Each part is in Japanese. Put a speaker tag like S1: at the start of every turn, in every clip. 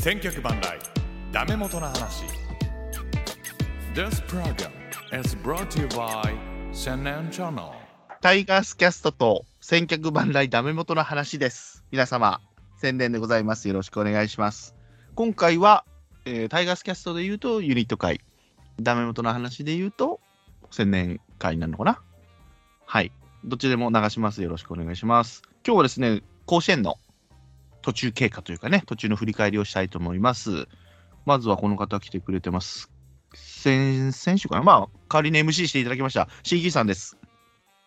S1: 千脚万来ダメ元の話 This program is brought to you by Shannon Channel
S2: タイガースキャストと千客万来ダメ元の話です。皆様、宣伝でございます。よろしくお願いします。今回は、えータイガースキャストで言うとユニット会、ダメ元の話で言うと宣伝会になるのかなはい。どっちでも流します。よろしくお願いします。今日はですね、甲子園の途中経過というかね、途中の振り返りをしたいと思います。まずはこの方来てくれてます。先先週かなまあ、代わりに MC していただきました。CG さんです。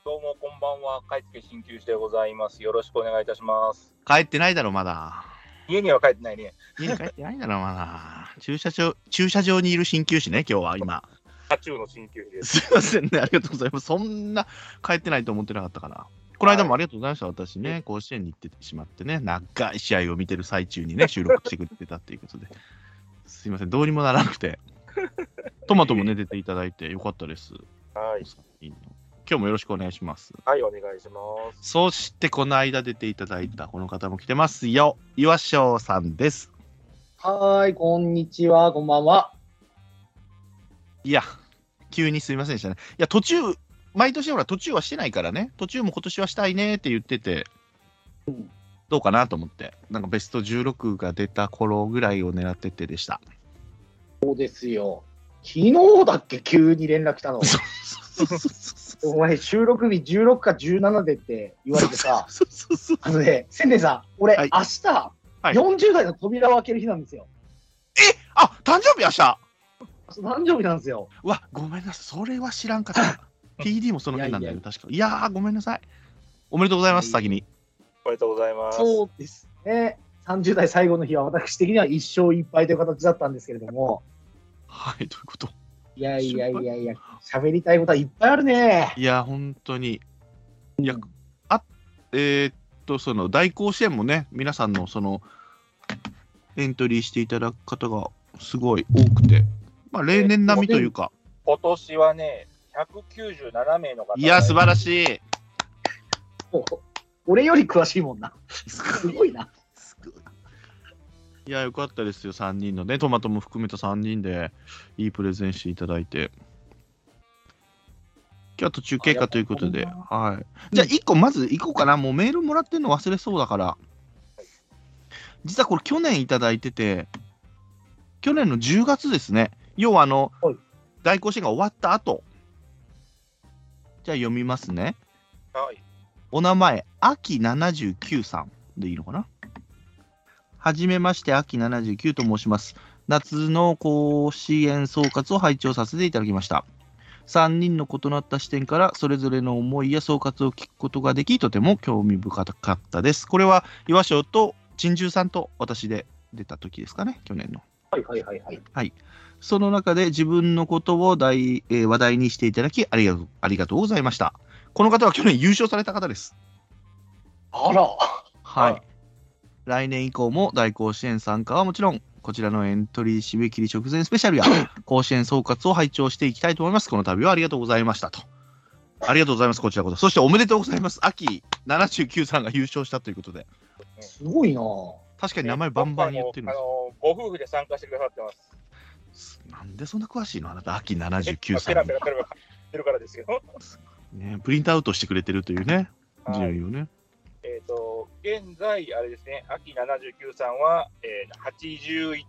S3: どうもこんばんは、帰って鍼灸師でございます。よろしくお願いいたします。
S2: 帰ってないだろ、まだ。
S3: 家には帰ってないね。
S2: 家に帰ってないだろ、まだ。駐車場、駐車場にいる鍼灸師ね、今日は、今。
S3: 家中の鍼灸師です。
S2: すいませんね、ありがとうございます。そんな帰ってないと思ってなかったから。この間もありがとうございました、私ね、甲子園に行ってしまってね、長い試合を見てる最中に ね、収録してくれてたっていうことで。すいません、どうにもならなく て。トマトもね、出ていただいてよかったです。
S3: はい、
S2: いいの今日もよろしくお願いします。
S3: はい、お願いします。
S2: そして、この間出ていただいたこの方も来てますよ。岩翔さんです。
S4: はーい、こんにちは、こんばんは。
S2: いや、急にすいませんでしたね。いや、途中、毎年ほら、途中はしてないからね、途中も今年はしたいねって言ってて、どうかなと思って、なんかベスト16が出た頃ぐらいを狙ってってで した。
S4: そうですよ。昨日だっけ、急に連絡来たの。
S2: そうそうそうそう
S4: お前、収録日16か17でって言われてさ、
S2: そうそうそう
S4: あのね、千年さん、俺、
S2: はい
S4: 明日、
S2: はい
S4: 40代の扉を開ける日なんですよ。
S2: あ誕生日明日
S4: 誕生日なんですよ。
S2: うわ、ごめんなさい、それは知らんか った。PD もその日なんだよ、
S4: いやい
S2: 確か。いやー、ごめんなさい。おめでとうございます、
S4: いやい
S2: 先に。
S3: おめでとうございます。
S4: そうですね。30代最後の日は、私的には一生いっぱいという形だったんですけれども、
S2: はい、ということ。
S4: いやいやいやいや、喋りたいことはいっぱいあるね。
S2: いや、本当に。いや、あえーっと、その大甲子園もね、皆さんのそのエントリーしていただく方がすごい多くて、まあ、例年並みというか、
S3: 今年はね、197名の方が
S2: いや、素晴らしい。
S4: お俺より詳しいもんな。すごいな。
S2: いや、よかったですよ、3人のね、トマトも含めた3人で、いいプレゼンしていただいて。今日は途中経過ということで、
S4: あやっ
S2: はい。じゃあ、1個まず行こうかな、もうメールもらってるの忘れそうだから。実はこれ、去年いただいてて、去年の10月ですね、要はあの
S4: はい、
S2: 大甲子園が終わった後じゃあ読みますね。
S3: はい。
S2: お名前、あき79さんでいいのかなはじめまして、あき79と申します。夏の甲子園総括を拝聴させていただきました。3人の異なった視点から、それぞれの思いや総括を聞くことができ、とても興味深かったです。これは、岩翔と珍獣さんと私で出た時ですかね、去年の。
S4: はいはいはいはい。
S2: その中で自分のことを大、えー話題にしていただきありがとう、ありがとうございました。この方は去年優勝された方です。
S4: あら。
S2: は
S3: はい
S2: い。来年以降も大甲子園参加はもちろん、こちらのエントリー締め切り直前スペシャ ルや甲子園総括を拝聴していきたいと思います。この度はありがとうございましたと。ありがとうございます、こちらこそ。そしておめでとうございます。秋79さんが優勝したということで、
S4: すごいな。
S2: 確かに名前バンバン言ってるん
S3: あ
S2: で
S3: のご夫婦で参加してくださってます。
S2: す。なんでそんな詳しいのあなた、秋79さ
S3: ペ
S2: ん
S3: ラペラペラペラ買ってるからですよ。
S2: ね。プリントアウトしてくれてるというね、
S3: は
S2: 順
S3: い。
S2: 位をね。
S3: えっ、と、現在、あれですね、秋79さんは、えー、81、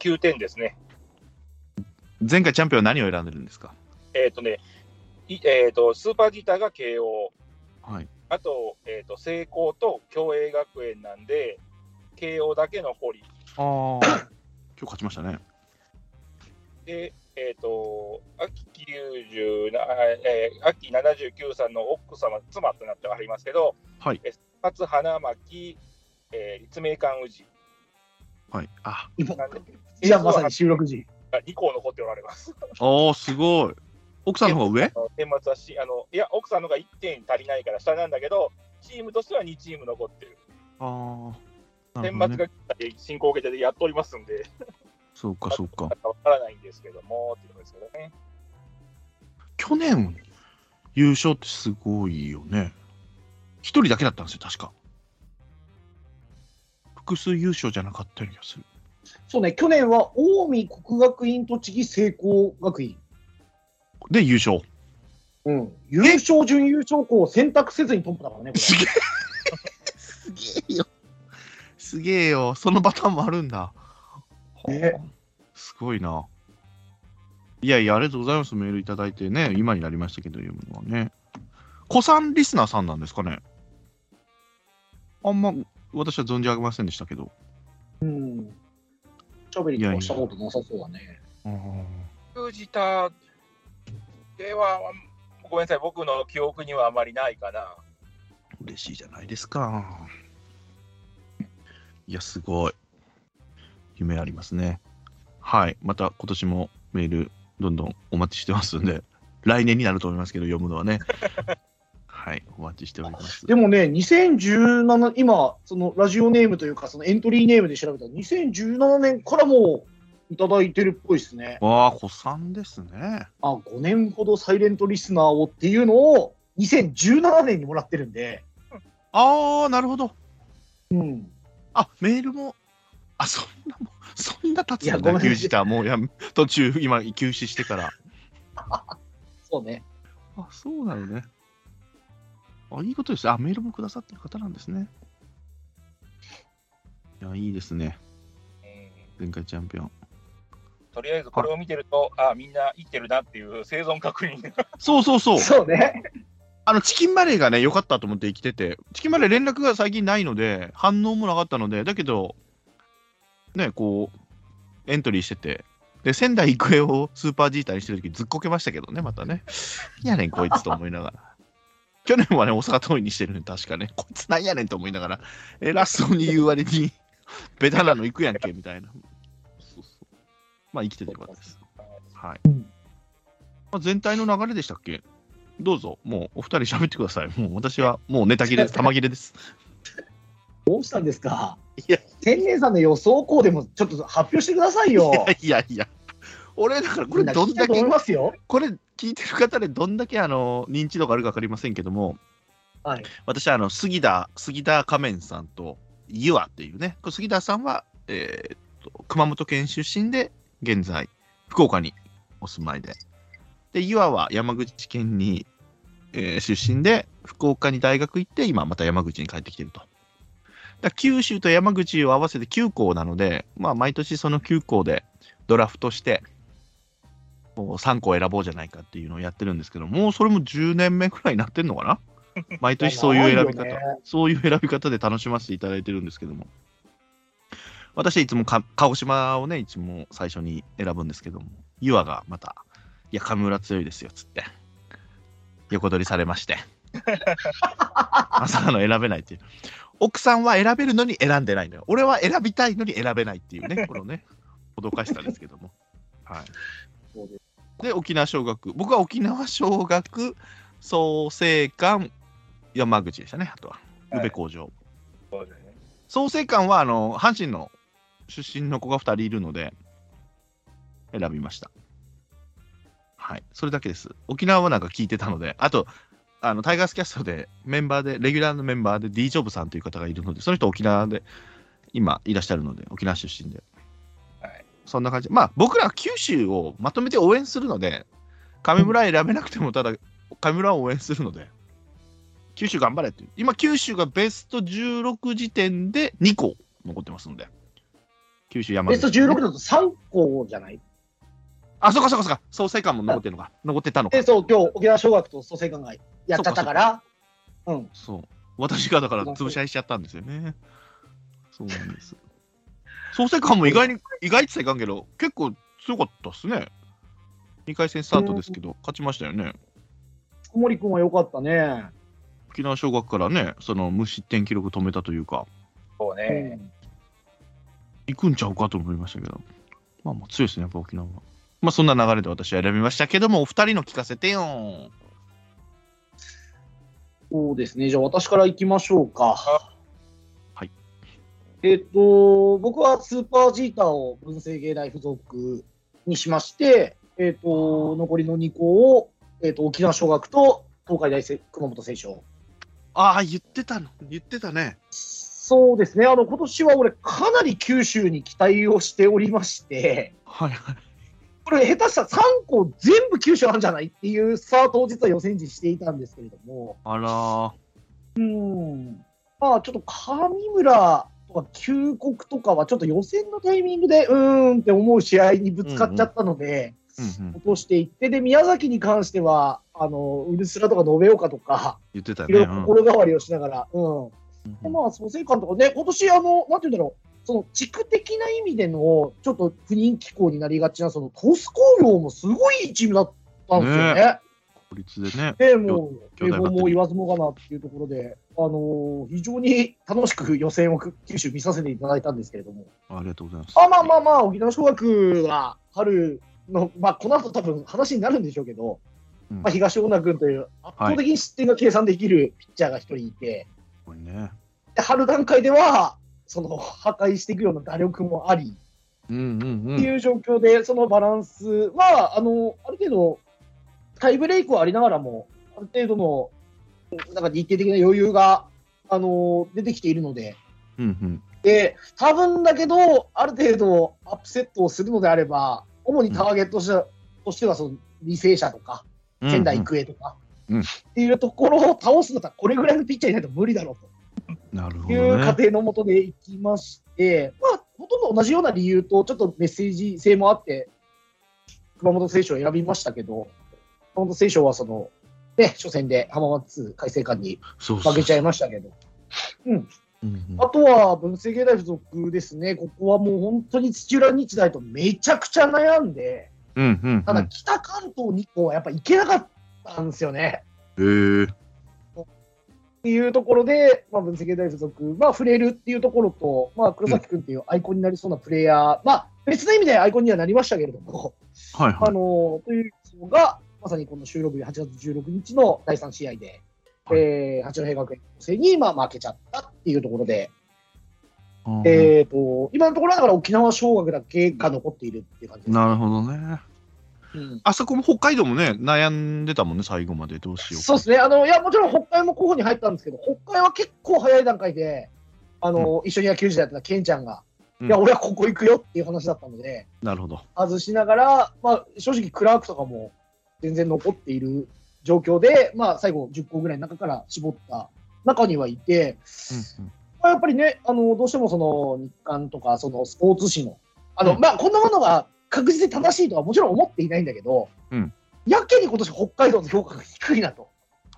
S3: 9点ですね。
S2: 前回チャンピオンは何を選んでるんですか
S3: えっ、とね、いえっ、と、スーパーギターが慶応。
S2: はい。
S3: あと、えっ、と、聖光と共栄学園なんで、慶応だけ残り。
S2: ああ。今日勝ちましたね。
S3: で、えっ、と、秋90な、えー、秋79さんの奥様、妻となってはありますけど、
S2: はい。
S3: えー松花巻、えー、立命館宇治
S2: はい。あ、
S4: 今
S3: なんで、
S4: じゃあまさに収録時。
S3: 2校残っておられます。
S2: おー、すごい。奥さんの方が上
S3: あの天末はし、あの、いや、奥さんのが1点足りないから下なんだけど、チームとしては2チーム残ってる。
S2: ああ。
S3: 天末が進行形でやっておりますんで、
S2: そうか、そうか。
S3: わからないんですけども、っていうことですけどね。
S2: 去年、優勝ってすごいよね。一人だけだったんですよ、確か。複数優勝じゃなかったような気がする。
S4: そうね、去年は近江国学院栃木聖光学院。
S2: で、優勝。
S4: うん、優勝、準優勝校を選択せずにトップだからね、こ
S2: すげえ。すげえよ。すげえよ。そのパターンもあるんだ。
S4: ね
S2: はあすごいな。いやいや、ありがとうございます。メールいただいてね、今になりましたけど、読むのはね。子さんリスナーさんなんですかね。あんま私は存じ上げませんでしたけど。
S4: れ。うん。チャベリックはしたことなさそうだね。
S3: 藤田では、ごめんなさい、僕の記憶にはあまりないかな。
S2: 嬉しいじゃないですか。いや、すごい。夢ありますね。はい。また今年もメール、どんどんお待ちしてますんで、来年になると思いますけど、読むのはね。はい。お待ちしております。
S4: でもね、2017、今、そのラジオネームというか、そのエントリーネームで調べたら、2017年からもういただいてるっぽいですね。
S2: わあ、子さんですね。
S4: あ、5年ほどサイレントリスナーをっていうのを、2017年にもらってるんで、
S2: ああ、なるほど。
S4: うん。
S2: あ、メールも。あ、そんなもん、そんな経つん
S4: いやご
S2: だ、
S4: めん
S2: 休止た。もうやめ、途中、今、休止してから。
S4: そうね。
S2: あ、そうなのね。あ、いいことです。あ、メールもくださってる方なんですね。いや、いいですね。
S3: うん
S2: 前回チャンピオン。
S3: とりあえずこれを見てると、あみんな生きてるなっていう生存確認。
S2: そうそうそう。
S4: そうね。
S2: あの、チキンマレーがね、良かったと思って生きてて、チキンマレー連絡が最近ないので、反応もなかったので、だけど、ね、こう、エントリーしてて、で、仙台育英をスーパージーターにしてる時ずっこけましたけどね、またね。いやねん、こいつと思いながら。 去年はね、大阪桐蔭にしてるね、確かね。こいつなんやねんと思いながら、偉そうに言う割に、 ベタなの行くやんけ、みたいな。そうそう。まあ、生きててよかったです。はい。まあ、全体の流れでしたっけどうぞ、もうお二人喋ってください。もう私はもうネタ切れ、玉切れです。
S4: どうしたんですか
S2: いや
S4: 天然さんの予想校でもちょっと発表してくださいよ。
S2: いやいや、俺だからこ
S4: み
S2: れ
S4: んな
S2: ど
S4: 聞
S2: ん
S4: きたい
S2: だ
S4: と
S2: け
S4: 思い、ますよ。
S2: これ聞いてる方でどんだけあの認知度があるか分かりませんけども、
S4: はい。
S2: 私はあの杉田、杉田仮面さんとユアっていうね、これ杉田さんは、えーっと熊本県出身で、現在、福岡にお住まいで、で、ユアは山口県に、えー出身で、福岡に大学行って、今また山口に帰ってきてると。だから九州と山口を合わせて9校なので、まあ、毎年その9校でドラフトして、もう3校選ぼうじゃないかっていうのをやってるんですけど、もうそれも10年目くらいになってんのかな毎年そういう選び方、
S4: 長いよね
S2: そういう選び方で楽しませていただいてるんですけども。私はいつもか鹿児島をね、いつも最初に選ぶんですけども、ユアがまた、いや、神村強いですよ、つって。横取りされま して。まさかの選べないっていう。奥さんは選べるのに選んでないのよ。俺は選びたいのに選べないっていう ね、このね、おどかしさですけども。はい、
S4: そうで
S2: で、沖縄小学、僕は沖縄小学創成館山口でしたね、あとは。宇部工場。
S3: そうですね
S2: 創成館はあの阪神の出身の子が2人いるので選びましたはいそれだけです沖縄はなんか聞いてたのであとあのタイガースキャストでメンバーでレギュラーのメンバーで D ジョブさんという方がいるのでその人沖縄で今いらっしゃるので沖縄出身で、
S3: はい
S2: そんな感じまあ僕らは九州をまとめて応援するので上村選べなくてもただ上村を応援するので九州頑張れっていう今九州がベスト16時点で2個残ってますので九州山
S4: ベ
S2: 口
S4: スト16だと3校じゃない
S2: あそうかそうかそうか創成館も残ってるのか残ってたのか
S4: で、そう、今日、沖縄小学と創成館がやってたから、うん。
S2: そう私がだから潰し合いしちゃったんですよねそうなんです創成館も意外に意外って言ったらいかんけど結構強かったっすね2回戦スタートですけど勝ちましたよね
S4: 小森君は良かったね。
S2: 沖縄小学からねその無失点記録止めたというか
S3: そうね。
S2: 行くんちゃうかと思いましたけど、まあ、もう強いですね、やっぱ沖縄は。まあ、そんな流れで私は選びましたけども、お二人の聞かせてよ。
S4: そうですね。じゃあ、私から行きましょうか。
S2: はい。
S4: えっと、僕はスーパージーターを文政芸大附属にしまして、えっと、残りの2校を、えっと、沖縄小学と東海大生熊本清少。
S2: ああ、言ってたの、言ってたね。
S4: そうですね、あの今年は俺、かなり九州に期待をしておりまして、
S2: はいはい。
S4: これ、下手したら3校全部九州あるんじゃないっていうさあ当日は予選時していたんですけれども、
S2: あらー
S4: うん、まあちょっと上村とか九国とかは、ちょっと予選のタイミングで、うーんって思う試合にぶつかっちゃったので、
S2: うんうん
S4: 落としていって、で、宮崎に関しては、あのウルスラとか延岡とか、
S2: 言ってた
S4: い
S2: ね。
S4: ろ
S2: う
S4: いろ
S2: ん
S4: 心変わりをしながら、うん。
S2: う
S4: で
S2: ん
S4: まあ、創成館とかね、今年あの、なんていうんだろう、その地区的な意味での、ちょっと不人気校になりがちな、その鳥栖工業もすごいいいチームだったんですよね。
S2: 孤立でね。
S4: でもう、
S2: 兄弟バッテ
S4: 英
S2: リー
S4: 語も言わずもがなっていうところで、あのー非常に楽しく予選を九州見させていただいたんですけれども、
S2: ありがとうございます。
S4: あまあまあまあ、沖縄尚学は春の、まあ、この後多分話になるんでしょうけど、
S2: うん
S4: まあ、東恩納君という圧倒的に失点が計算できるピッチャーが一人いて。
S2: これね。
S4: で春段階ではその破壊していくような打力もあり
S2: うんうんう
S4: っていう状況で、そのバランスはあのある程度タイブレイクはありながらもある程度のなんか日程的な余裕があの出てきているので
S2: うんうん。
S4: で多分だけどある程度アップセットをするのであれば主にターゲットとして,、としてはその履正社とか
S2: うんうん
S4: 仙台育英とか、
S2: うん
S4: っていうところを倒すのだったらこれぐらいのピッチャーいないと無理だろうと。
S2: なるほ
S4: い
S2: ど
S4: う過
S2: ね。
S4: 程のもとでいきまして、まあ、ほとんど同じような理由と、ちょっとメッセージ性もあって、熊本聖書を選びましたけど、熊本聖書はその、ね、初戦で浜松開誠館に
S2: そうそう。
S4: 負けちゃい
S2: ま
S4: ましたけど、
S2: うんうん
S4: あとは文星芸大附属ですね、ここはもう本当に土浦日大とめちゃくちゃ悩んで、
S2: うんうん
S4: ただ北関東2校はやっぱ行けなかったんですよね。
S2: うん。へえ。
S4: っていうところで、まあ、分析大附属、まあ、触れるっていうところと、まあ、黒崎君っていうアイコンになりそうなプレイヤー、まあ、別の意味でアイコンにはなりましたけれども、
S2: はい
S4: あ
S2: は
S4: のというのが、まさにこの収録日、8月16日の第3試合で、
S2: はい
S4: えー八戸学園生に、まあ、負けちゃったっていうところで、
S2: い。
S4: えー、と今のところはだから沖縄尚学だけが残っているっていう感じです。
S2: なるほどね。
S4: うん
S2: あそこも北海道もね、悩んでたもんね、最後までどうしようか。
S4: そうですねあの、いや、もちろん北海も候補に入ったんですけど、北海は結構早い段階で、あの一緒に野球時代やってたケンちゃんが、
S2: うん
S4: いや、俺はここ行くよっていう話だったので、
S2: なるほど。
S4: 外しながら、まあ、正直、クラークとかも全然残っている状況で、まあ、最後、10個ぐらいの中から絞った中にはいて、
S2: うんうん
S4: まあ、やっぱりね、あのどうしてもその日刊とかそのスポーツ紙の、あの
S2: うん
S4: まあ、こんなものが確実に正しいとはもちろん思っていないんだけど、
S2: うん
S4: やけに今年北海道の評価が低いなと。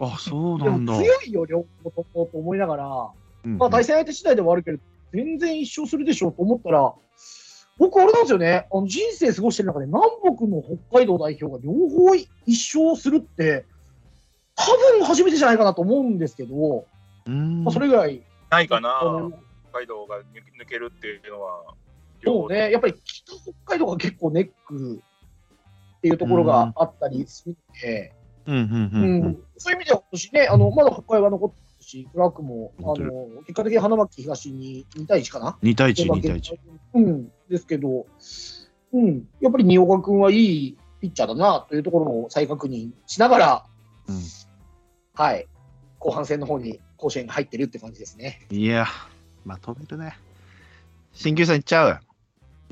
S2: あ、そう
S4: で
S2: なんだ。
S4: も強いよ、両方ともと思いながら、
S2: うんうん
S4: まあ、対戦相手次第ではあるけど、全然一生するでしょうと思ったら、僕、あれなんですよね、あの人生過ごしてる中で、南北の北海道代表が両方一勝するって、多分初めてじゃないかなと思うんですけど、
S2: うん
S4: まあ、それぐらい、
S3: ないかな
S4: あ、の
S3: 北海道が抜けるっていうのは、
S4: そうね、やっぱり北北海道が結構ネックっていうところがあったりするの
S2: うん
S4: で。
S2: うんう
S4: う
S2: んうん
S4: んそういう意味では今年ね、あのまだ北海は残ってるし、クラークもあ
S2: 残っ
S4: の
S2: てる
S4: 結果的に花巻東に2対1かな。
S2: 2対1、
S4: 負
S2: 2
S4: け
S2: 対1。
S4: うん、ですけど、うん、やっぱり新岡君はいいピッチャーだなというところを再確認しながら、
S2: うん
S4: はい、後半戦の方に甲子園が入ってるって感じですね。
S2: いや、まとめるね。新旧さんいっちゃう。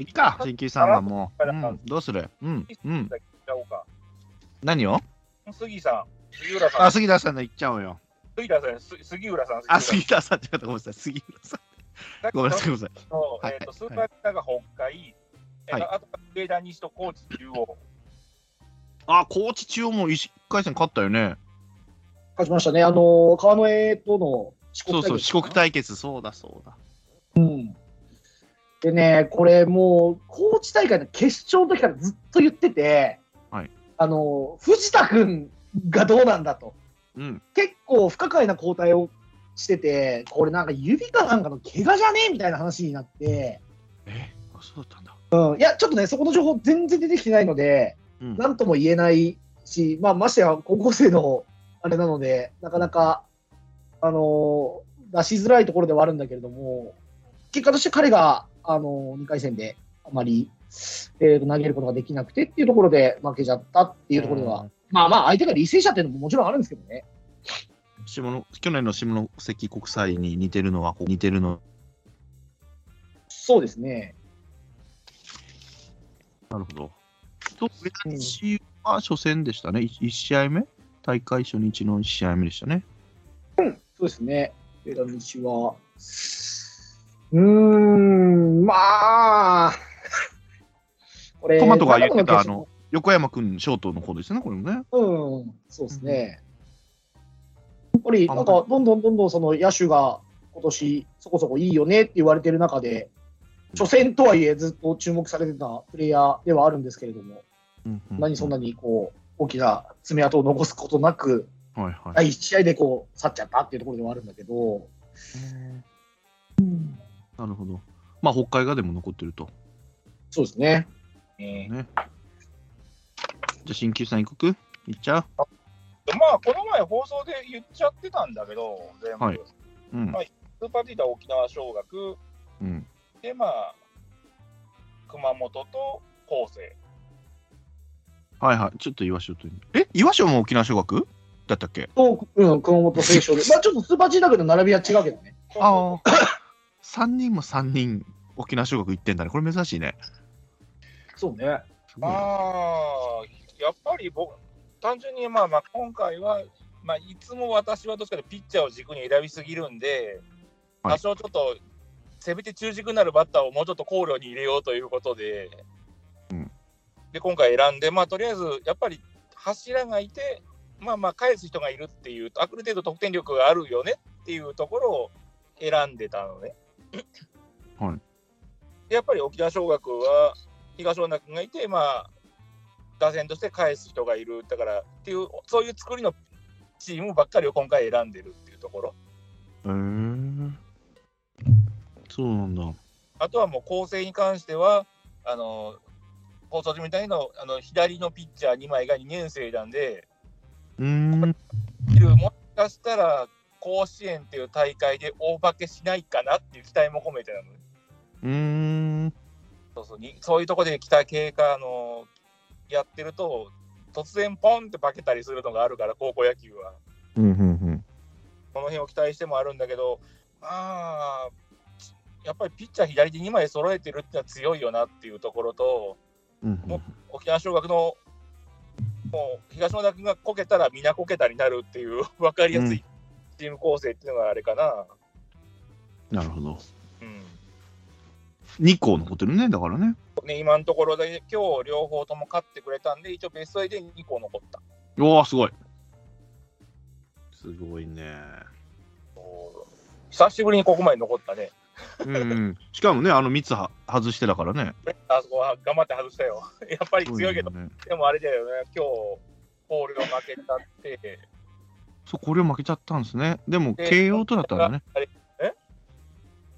S2: いっか、新旧さんはもう。うん、どうするうん、うん。
S3: やおうか
S2: 何を
S3: 杉さん、杉浦さ
S2: あ、
S3: ん、
S2: 杉田さんのいっちゃおうよ。
S3: 杉浦さん、す杉浦さん、
S2: あ、杉田さん、ちょっとごめんなさい。杉浦さん。
S3: さん
S2: ごめんなさい、ごめんなさい。
S3: と
S2: はい
S3: えーとスーパーピタが北海、えー
S2: はい
S3: あと上田西と高知中央、
S2: あ、高知中央も1回戦勝ったよね。
S4: 勝ちましたね、あの川之江との四
S2: そ
S4: 国
S2: う
S4: 対
S2: そう、
S4: 決
S2: 四国対決、そうだ、そうだ。
S4: でね、これもう、高知大会の決勝の時からずっと言ってて、
S2: はい
S4: あの藤田君がどうなんだと、
S2: うん。
S4: 結構不可解な交代をしてて、これなんか指かなんかの怪我じゃねえみたいな話になって、
S2: え、あそうだったんだ。
S4: うん、いや、ちょっとね、そこの情報、全然出てきてないので、
S2: うん。
S4: なんとも言えないし、まあ、ましてや高校生のあれなので、なかなか、あのー出しづらいところではあるんだけれども、結果として彼が、あの2回戦であまり、えーと投げることができなくてっていうところで負けちゃったっていうところでは、まあまあ、相手が履正社っていうのももちろんあるんですけどね。
S2: 下の去年の下関国際に似てるのは、こう似てるの。
S4: そうですね。
S2: なるほど。と、上田西は初戦でしたね。1試合目大会初日の1試合目でしたね。
S4: そうですね。上田西は。うーん、まあ。これ
S2: トマトが言ってた、あ
S4: 長野
S2: の、横山君、ショートの方ですね、これもね。
S4: うん、そうですね。やっぱり、なんか、どんどんどんどんその野手が今年そこそこいいよねって言われてる中で、初戦とはいえずっと注目されてたプレイヤーではあるんですけれども、何そんな
S2: に。
S4: にこう、大きな爪痕を残すことなく、
S2: はいはい。
S4: 第1試合でこう、去っちゃったっていうところではあるんだけど、
S2: なるほど。まあ、北海がでも残ってると。
S4: そうですね。
S3: うん
S2: ね。じゃあ、新旧さん行く行っちゃ
S3: まあ、この前放送で言っちゃってたんだけど、全部。
S2: はいうん。うん。
S3: はいスーパーティーダー沖縄尚学、
S2: うん。
S3: で、まあ、熊本と高生。
S2: はいはい。ちょっと岩塩と。え岩塩も沖縄小学だったっけ
S4: と、うん、熊本聖書で、まあちょっとスーパーチーだけど並びは違うけどね。
S2: あ あ。3人も3人沖縄小学行ってんだね。これ珍しいね。
S4: そうね。
S2: すご
S3: ま
S2: いな
S3: あ、やっぱり僕、単純に、まあまあ、今回は、まあ、いつも私はどっちかというとピッチャーを軸に選びすぎるんで、
S2: はい
S3: 多少ちょっと、せめて中軸になるバッターをもうちょっと考慮に入れようということで、
S2: うん
S3: で今回選んで、まあ、とりあえずやっぱり柱がいて、まあまあ、返す人がいるっていう、ある程度得点力があるよねっていうところを選んでたのね。
S2: はい
S3: でやっぱり沖縄尚学は東恩納君がいて、まあ、打線として返す人がいる、だからっていう、そういう作りのチームばっかりを今回選んでるっていうところ、
S2: へーそうなんだ。
S3: あとはもう構成に関しては、あの放送時みたいなのあの左のピッチャー2枚が2年生なんで、
S2: うーん。
S3: いるもしかしたら甲子園っていう大会で大化けしないかなっていう期待も込めてなのね
S2: うーん。
S3: そうそうにそういうとこで来た経過あのやってると、突然ポンって化けたりするのがあるから、高校野球は。
S2: うんうんうん。
S3: この辺を期待してもあるんだけど、まあ、やっぱりピッチャー左で2枚揃えてるってのは強いよなっていうところと、
S2: うんうん
S3: も沖縄尚学のもう東野田君がこけたら皆こけたになるっていう 分かりやすいチーム構成っていうのがあれかな。
S2: なるほど。
S3: うん
S2: 2校残ってるね、だからね。
S3: ね、今のところで今日両方とも勝ってくれたんで、一応ベスト8で2個残った。
S2: おお、すごい。すごいね。
S3: 久しぶりにここまで残ったね。
S2: うんうん。しかもね、あの3つは外してたからね。
S3: あそこは頑張って外したよ。 やっぱり 強いけど、
S2: そうなんだね。
S3: でもあれだよね、今日、ホールが負けたって、
S2: そう、これを負けちゃったんですね。でも、
S3: で
S2: 慶応とだったんだね。
S3: あれえ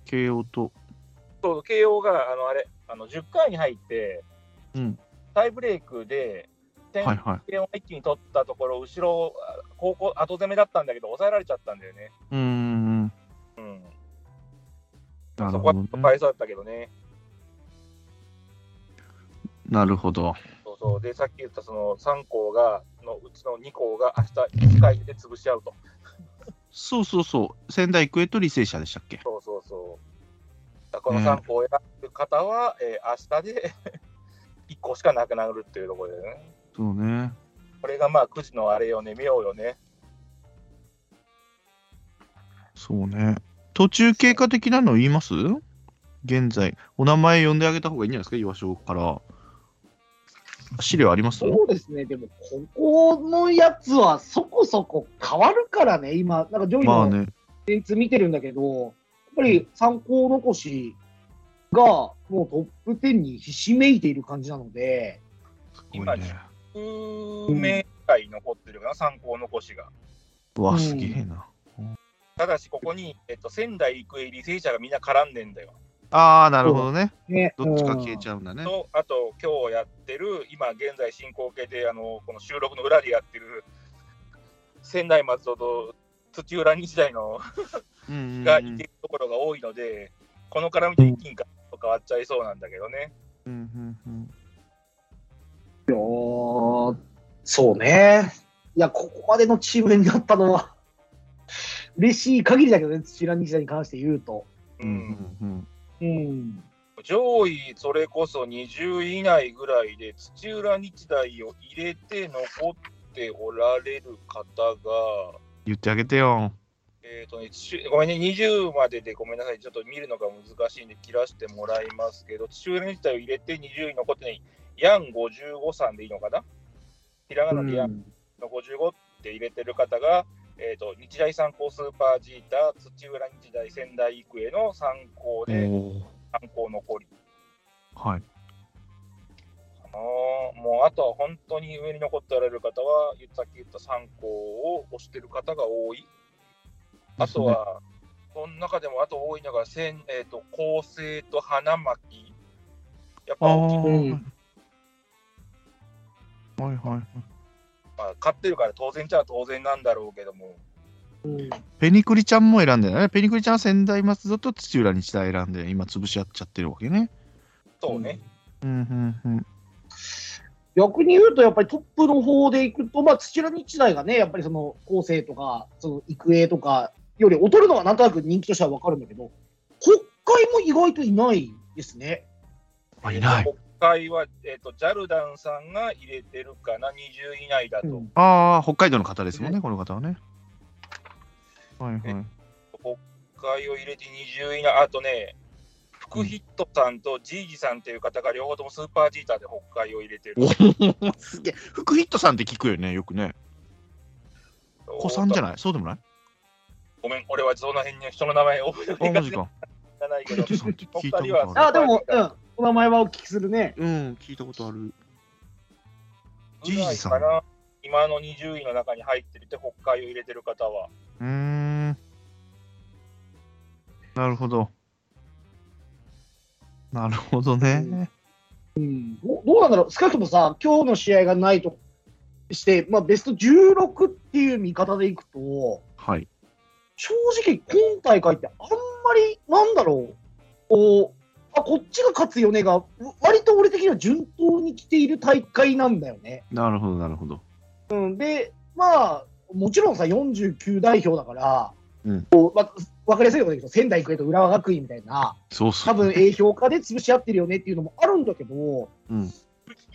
S2: 慶応と。
S3: そう慶応があのあれあの10回に入って、
S2: うん
S3: タイブレイクで点,、
S2: はいはい。
S3: 点を一気に取ったところ、後ろ、あ高校後攻めだったんだけど、抑えられちゃったんだよね。
S2: うーん。な
S3: う
S2: る
S3: ん、そ
S2: ほ
S3: こ
S2: ど
S3: はちょ
S2: ね
S3: っとかわいそうだったけどね。
S2: なるほど。
S3: そうそうで、さっき言ったその3校が、のうちの2校が明日1回で潰し合うと。
S2: そうそうそう。仙台育英と履正社でしたっけ
S3: そうそうそう。だからこの3校を選ぶ方は、えー明日で 1校しかなくなるっていうところでね。
S2: そうね。
S3: これがまあ9時のあれよね、見ようよね。
S2: そうね。途中経過的なの言います現在。お名前呼んであげた方がいいんじゃないですか岩翔から。資料あります
S4: そうですね、でも、ここのやつはそこそこ変わるからね、今、なんか上位
S2: まあ
S4: の
S2: ね。
S4: メンツ見てるんだけど、やっぱり参考残しがもうトップ10にひしめいている感じなので、
S2: すご
S3: 今
S2: いね。
S3: 10名ぐらい残ってるかな、3校残しが。
S2: うわ、すげえな。
S3: ただし、ここに、えっと、仙台育英、履正社がみんな絡んでんだよ。
S2: ああ、なるほどね。
S4: ね、
S2: どっちか消えち
S4: ゃ
S2: ゃうんだね。
S3: と、あと、今日やってる、今現在進行形で、あの、この収録の裏でやってる、仙台松戸と土浦日大の
S2: うんうんうん
S3: が行ってるところが多いので、この絡みと一気に変わっちゃいそうなんだけどね。
S2: うんうんうん
S4: うよー。そうね。いや、ここまでのチームになったのは、嬉しい限りだけどね、土浦日大に関して言うと。
S3: う
S2: うんんうん
S4: うん。
S3: 上位それこそ20位以内ぐらいで土浦日大を入れて残っておられる方が、
S2: 言ってあげてよ。
S3: えーとね、土ごめんね、20まででごめんなさい、ちょっと見るのが難しいんで切らしてもらいますけど、土浦日大を入れて20位残ってない、ヤン55さんでいいのかなひらがなでヤンの55って入れてる方が、えー、と日大三高スーパージーター、土浦日大仙台育英の三高
S2: お
S3: で
S2: ー
S3: 三高残り
S2: はい。
S3: かな、もうあとは本当に上に残っておられる方は、さっき言った三高を推してる方が多い。あとは、その中でもあと多いのが、せんえー、と構成と花巻。やっぱ
S2: ああ、
S3: 大きい、
S2: はいはいはい。
S3: まあ、勝ってるから当然っちゃ当然なんだろうけども、
S4: うん
S2: ペニクリちゃんも選んでない。ペニクリちゃんは仙台松戸と土浦日大選んで、今潰し合っちゃってるわけね。
S3: そうね、
S2: うんうんうん。
S4: 逆に言うと、やっぱりトップの方でいくと、まあ、土浦日大がね、やっぱりその後世とか、その育英とかより劣るのはなんとなく人気としては分かるんだけど、北海も意外といないですね。
S2: あいない。
S3: 国会は、えー、とジャルダンさんが入れてるかな、20以内だと、
S4: うん
S2: ああ、北海道の方ですもんね、この方はね。はいはい。
S3: 国会を入れて20位以内、あとね、福ヒットさんとジージさんという方が両方ともスーパージーターで北海を入れてる。
S2: おすげえ。副ヒットさんって聞くよね、よくね。子さんじゃ
S3: ない
S2: ないそうでもない
S3: ごめん、俺はその辺に人の名前覚え
S2: あ、
S3: て
S2: マ
S3: な
S2: ジか。
S3: いけ
S2: 副ヒッ、
S3: ど
S2: トさんって聞いたこ
S3: お二
S2: と
S3: 人
S2: あ
S3: は
S2: る。
S4: あ、でも、うん、お名前はお聞きするね。
S2: うん、聞いたことある。ジ
S3: ぐ
S2: ー
S3: ら
S2: ジ
S3: い
S2: さん
S3: かな。今の20位の中に入ってるって北海を入れてる方は。
S2: うーん。なるほど。なるほどね。
S4: うん、どどうなんだろう、少なくともさ、今日の試合がないとして、まあ、ベスト16っていう見方でいくと、
S2: はい。
S4: 正直、今大会ってあんまり、なんだろう、こうあこっちが勝つよねが、う割と俺的には順当に来ている大会なんだよね。
S2: なるほど、なるほど。
S4: うん、で、まあ、もちろんさ、49代表だから、
S2: うん
S4: こうわ分かりやすいことだけど、仙台育英と浦和学院みたいな、
S2: そうそ
S4: 多
S2: う。
S4: 分 A 評価で潰し合ってるよねっていうのもあるんだけど、
S2: うん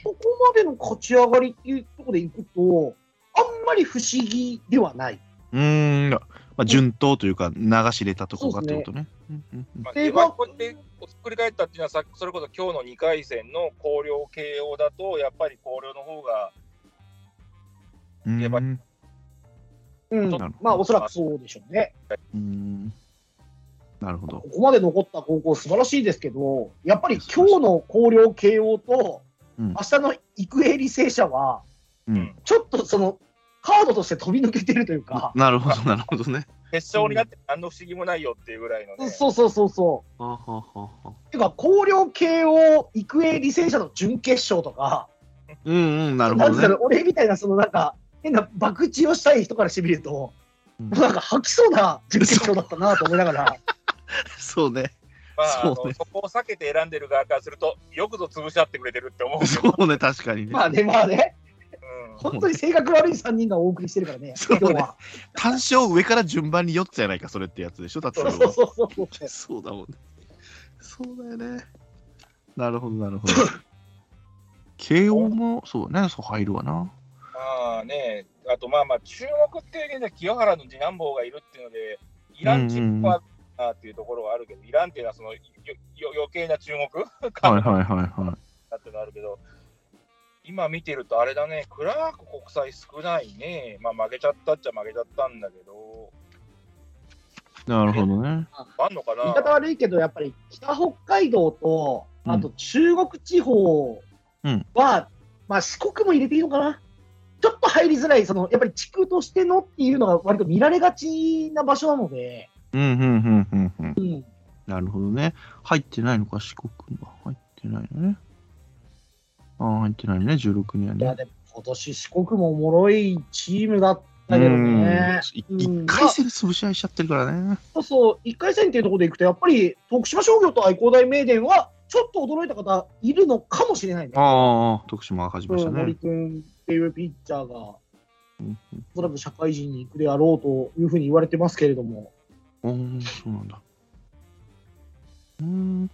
S4: ここまでの勝ち上がりっていうところでいくと、あんまり不思議ではない。
S2: うーん。まあ、順当というか、流し入れたとこがってことね。うんうんうん
S3: まあ、
S4: で
S3: 今
S4: まあ
S3: こうやって振り返ったっていうのはさ、それこそ今日の2回戦の広陵慶応だと、やっぱり広陵の方が、
S2: う
S3: やばい
S2: ん
S4: うん
S2: なるほど
S4: まあ、おそらくそうでしょうね。
S2: うーんなるほど
S4: こ。こまで残った高校、素晴らしいですけど、やっぱり今日の広陵慶応と、
S2: うん
S4: 明日の育英履正社は、
S2: うん、
S4: ちょっとそのカードとして飛び抜けてるというか、
S2: なるほど、な るほどね。
S3: 決勝になって何の不思議もないよっていうぐらいのね。
S4: そうそうそうそ
S2: はあはあはあはあ
S4: う。てか、広陵慶応、育英履正社の準決勝とか、
S2: うんうん、なる
S4: な
S2: ほ
S4: んていう
S2: ど
S4: の
S2: ね。
S4: 俺みたいな、そのなんか、変な博打をしたい人からしてみると、
S2: うん
S4: もうなんか吐きそうな準決勝だったなと思いながら、
S2: そうね。
S3: まあ、あの
S2: そうね
S3: そこを避けて選んでる側からすると、よくぞ潰し合ってくれてるって思うけど。
S2: そうね、確かにね
S4: ま。あね、まあね、
S3: うん
S4: 本当に性格悪い3人がお送りしてるからね、
S2: そう
S4: 今
S2: ね
S4: 日は。
S2: 単勝上から順番に4つやないか、それってやつでしょ、だってそ
S4: そ
S2: れ
S4: うそう
S2: は。
S4: そうそう。
S2: そうだもんね。そうだよね。なるほど、なるほど。慶応も、そうだね、そう入るわな。
S3: まあね、あとまあまあ、注目っていう意味では清原の次男坊がいるっていうので、イランチップはあるなっていうところはあるけど、イランっていうのはそのよよ余計な注目
S2: は
S3: 感
S2: い
S3: だ
S2: はいはいはい。
S3: っていうのはあるけど、今見てるとあれだね、クラーク国際少ないね。まあ負けちゃったっちゃ負けちゃったんだけど、
S2: なるほどね。
S3: あんのかな
S4: 言い方悪いけど、やっぱり北北海道と、あと中国地方
S2: うん
S4: は、まあ四国も入れていいのかな。ちょっと入りづらい、そのやっぱり地区としてのっていうのが割と見られがちな場所なので、
S2: うんうんうんうんうん。
S4: うん、
S2: なるほどね。入ってないのか、四国は。入ってないのね。ああ、入ってないね、16にはい
S4: や、
S2: ね。
S4: でも今年四国もおもろいチームだったけどね。
S2: うんい一回戦で潰し合いしちゃってるからね。
S4: そうそう、1回戦っていうところでいくと、やっぱり徳島商業と愛工大名電は、ちょっと驚いた方いるのかもしれないね。
S2: ああ、徳島が勝ちまし
S4: う
S2: た
S4: ん、森
S2: ね。
S4: 君っていうピッチャーが。
S2: うん
S4: おそらく社会人に行くであろうというふうに言われてますけれども、
S2: うん。おーそうなんだ。うーん。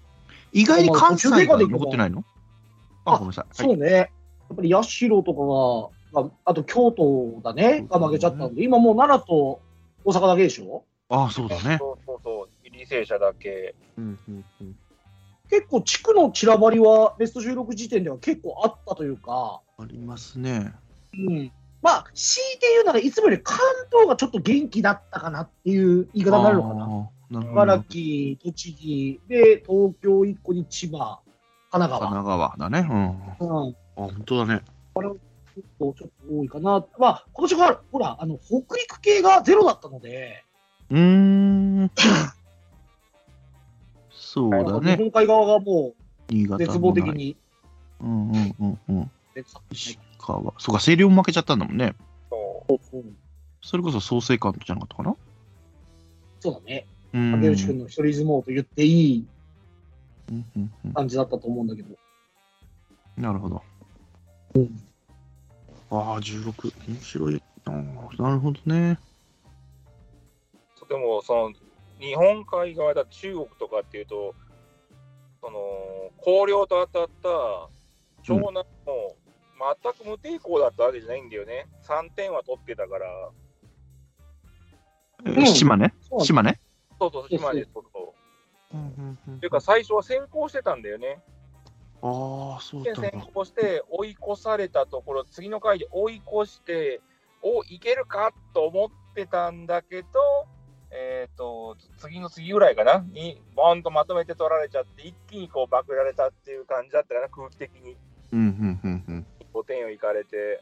S2: 意外に関西
S4: まあ
S2: が
S4: 途中経過でいいのか
S2: 残ってないのあ、
S4: あ
S2: ごめんなさい。
S4: そうね、やっぱり八代とかが、ああと京都だね、が負けちゃったんで、今もう奈良と大阪だけでしょ
S2: はい、あ、そうだね。
S3: そうそうそう、履正社だけ。
S2: うんうんうん。
S4: 結構地区の散らばりはベスト16時点では結構あったというか、
S2: ありますね。
S4: うん、まあ強いて言うならいつもより関東がちょっと元気だったかなっていう言い方になるのかな。
S2: あーなるほど。
S4: 茨城、栃木、で、東京一個に千葉、神奈
S2: 神
S4: 川。
S2: 奈川だね。うん。あ、
S4: うん、
S2: 本当だね。
S4: 結構ちょっと多いかな。まあ、今年は、ほら、あの、北陸系がゼロだったので、
S2: うーん。 そう
S4: なん
S2: だ
S4: か日
S2: ね。
S4: 本海側がも
S2: 新
S4: う
S2: 潟
S4: 絶望的
S2: もない。
S4: に。
S2: うんうんうんうん。
S4: で勝ってない
S2: 石川。そうか、星稜も負けちゃったんだもんね。
S3: そう
S2: それこそ創成館じゃなかったかな
S4: そうだね。
S2: うん。
S4: 竹内君の一人相撲と言っていい
S2: うんうんうん
S4: 感じだったと思うんだけど。
S2: なるほど。ああ、16。面白いな。なるほどね。
S3: でも、その、日本海側だ、中国とかっていうと、その、広陵と当たった長男も、全く無抵抗だったわけじゃないんだよね。3点は取ってたから、
S2: え
S4: うん
S2: 島根
S4: そうなんだ
S2: 島根
S3: そうそう、
S4: そうそう
S3: 今でそうそ
S2: う
S3: う。
S2: んうん
S3: っていうか、最初は先行してたんだよね。
S2: ああ、そうだ
S3: で
S2: った
S3: 先
S2: のか。
S3: 行して、追い越されたところ、次の回で追い越して、おいけるかと思ってたんだけど、えー、と次の次ぐらいかな、にボーンとまとめて取られちゃって、一気にこう、バクられたっていう感じだったかな、空気的に
S2: うんうんうんうん。
S3: 5点をいかれて、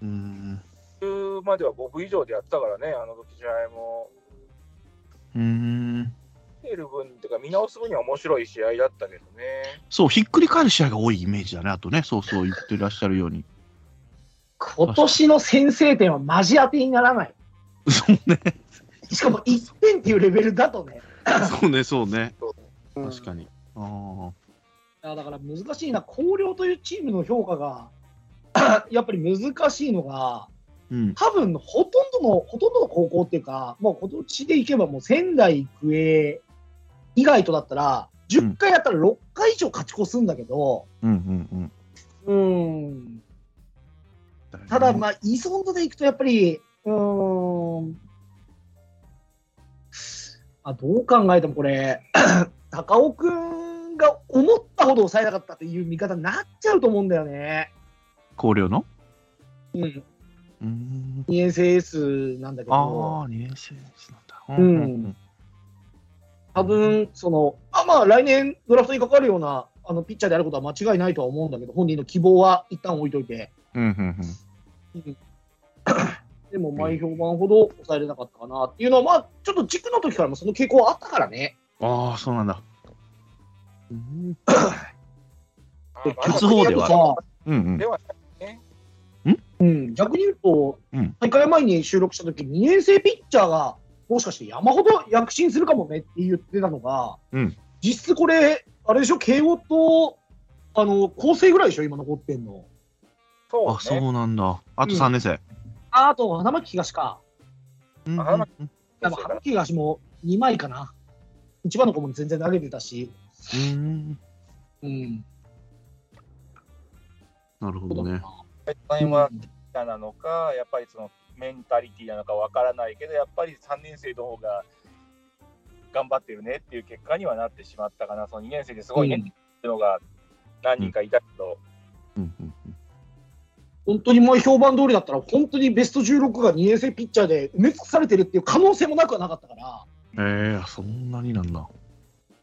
S2: うん
S3: 中までは5分以上でやってたからね、あの時試合も。
S2: うん。
S3: 見てる分っていうか、見直す分には面白い試合だったけどね。
S2: そう、ひっくり返る試合が多いイメージだね。あとね、そうそう言ってらっしゃるように。
S4: 今年の先制点はマジ当てにならない。
S2: そうね。
S4: しかも1点っていうレベルだとね。
S2: そうね、そうね。確
S4: に
S2: かに。あ
S4: いやだから難しいな、広陵というチームの評価が やっぱり難しいのが、
S2: あ。うん。
S4: 多分ほとんどのほとんどの高校っていうか、もう今年でいけばもう仙台育英以外とだったら、10回やったら6回以上勝ち越すんだけど、
S2: うんうん
S4: うん、
S2: うん。
S4: ただ、まあ、依存度でいくと、やっぱり、うーん、あどう考えてもこれ、 高尾君が思ったほど抑えなかったという見方になっちゃうと思うんだよね。
S2: 広陵の
S4: うん、
S2: うん。
S4: 2年生エースなんだけ
S2: あ
S4: ど、
S2: あ、2年生なんだ。
S4: んうん。多分そのあまあ、来年ドラフトにかかるようなあのピッチャーであることは間違いないとは思うんだけど、本人の希望は一旦置いといて、
S2: うんうん
S4: でも前評判ほど抑えれなかったかなっていうのは、まあ、ちょっと軸の時からもその傾向はあったからね。
S2: うん。ああ、そうなんだ。うん
S3: あまあ
S2: 鉄棒ではある
S4: さ
S2: うん
S3: では
S4: うん、逆に言うと
S2: うん、
S4: 大会前に収録した時2年生ピッチャーが、もしかして山ほど躍進するかもねって言ってたのが、
S2: うん
S4: 実質これ、あれでしょ、慶応と、あの、構成ぐらいでしょ、今残ってんの。
S3: そう
S2: あ、そ
S3: ね。
S2: うなんだ。あと
S4: うん
S2: 3年生。
S4: ああと、花巻東か。
S2: うんうん
S3: あま
S2: うん
S4: でも花巻東も2枚かな。一番の子も全然投げてたし、
S2: うん
S4: うん。
S2: なるほどね。
S3: タイムはたなのか、やっぱりそのメンタリティなのかわからないけど、やっぱり3年生の方が頑張ってるねっていう結果にはなってしまったかな、その2年生ですごいね
S4: う
S3: っ
S4: ん
S3: ていうのが何人かいたけど、
S2: うんうん
S4: 本当に前評判通りだったら、本当にベスト16が2年生ピッチャーで埋め尽くされてるっていう可能性もなくはなかったから。
S2: ええ、そんなになんだ。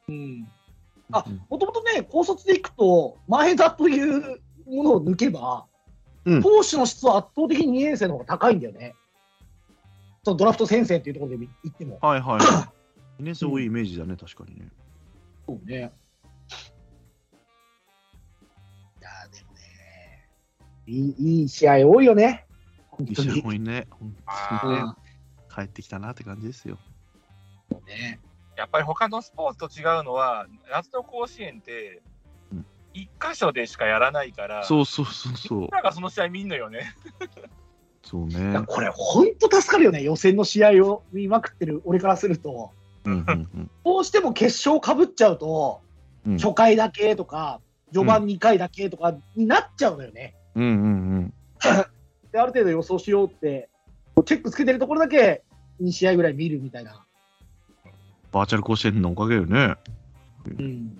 S4: うんあ
S2: うん
S4: もともとね、高卒でいくと、前田というものを抜けば、
S2: うん
S4: 投手の質は圧倒的に2年生の方が高いんだよね。そのドラフト先生っていうところで言っても。
S2: はいはい。2年生多いイメージだね、確かにね。
S4: そうね。いや、でもね、いいいい試合多いよね。本
S2: いい
S4: 当
S2: 試合
S4: に。
S2: 多いね。本当にね。帰ってきたなって感じですよ。
S4: うんね
S3: やっぱり他のスポーツと違うのは、夏の甲子園って
S2: うん、
S3: 1箇所でしかやらないから、
S2: そうそうそうそ
S3: み。
S2: うん
S3: ながその試合見んのよね。
S2: そう
S4: い
S2: ね
S4: や。これ、本当助かるよね、予選の試合を見まくってる俺からすると。
S2: うんうん
S4: どうしても決勝かぶっちゃうと、
S2: うん
S4: 初回だけとか、序盤2回だけとかになっちゃうのよね。
S2: うんうんうん
S4: で、ある程度予想しようって、チェックつけてるところだけ2試合ぐらい見るみたいな。
S2: バーチャル甲子園のおかげよね。
S4: うん、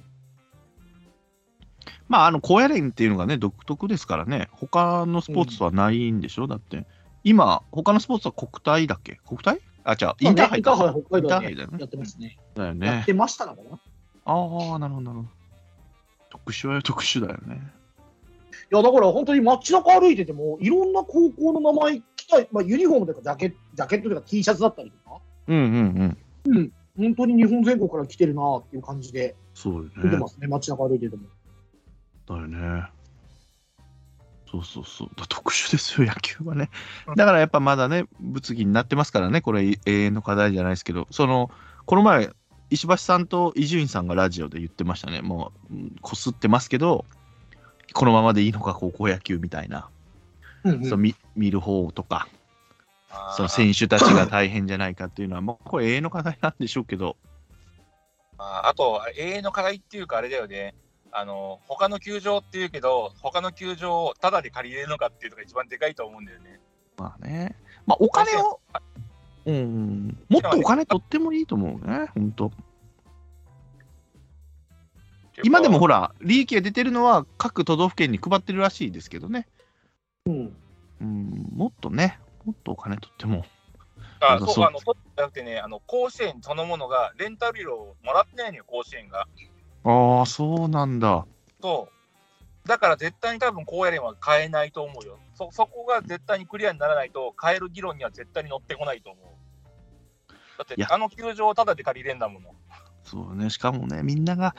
S2: まあ、あの、高野連っていうのがね、独特ですからね、他のスポーツとはないんでしょ、だって。今、他のスポーツは国体だっけ国体あ、じゃあ、インターハイか。
S4: まあねインターハイ北海
S2: イ
S4: 道
S2: ンターハイだよ
S4: で
S2: ね
S4: やってますね。
S2: だよ
S4: やっ
S2: ね。
S4: てましたのかな
S2: ああ、なるほど、なるほど。特殊は特殊だよね。
S4: いやだから本当に街中歩いてても、いろんな高校の名前着たい、まあ、ユニフォームというかジャケ、ジャケットというか T シャツだったりとか、
S2: うんうんうん。
S4: 本当に日本全国から来てるなっていう感じで
S2: そうよ
S4: 見て
S2: ね
S4: ま。すね、街中歩いてても。
S2: だよね。そうそうそう。だ特殊ですよ、野 球はね。だからやっぱまだね、物議になってますからね、これ永遠の課題じゃないですけど、その、この前、石橋さんと伊集院さんがラジオで言ってましたね、もう、うんこすってますけど、このままでいいのか、高校野球みたいな、
S4: うんうん
S2: そう見見る方とか、
S3: あー
S2: その選手たちが大変じゃないかっていうのは、もうこれ永遠の課題なんでしょうけど、
S3: あーあと、永遠の課題っていうか、あれだよね。あの他の球場っていうけど、他の球場をただで借りれるのかっていうのが一番でかいと思うんだよね。
S2: まあね、まあお金を、うんうん、もっとお金取ってもいいと思うね、本当。今でもほら、利益が出てるのは各都道府県に配ってるらしいですけどね、
S4: うん
S2: うん、もっとね、もっとお金取っても、
S3: あ
S2: そう
S3: そう
S2: そう
S3: あの取ってなくてねあの、甲子園そのものがレンタル料をもらってないのよ、甲子園が。
S2: ああ、そうなんだ、
S3: そうだから絶対に多分高野連は変えないと思うよそ。そこが絶対にクリアにならないと、変える議論には絶対に乗ってこないと思う。だっ
S2: い
S3: て
S2: や、
S3: あの球場をただで借りれんだもの。
S2: そうね、しかもね、みんなが、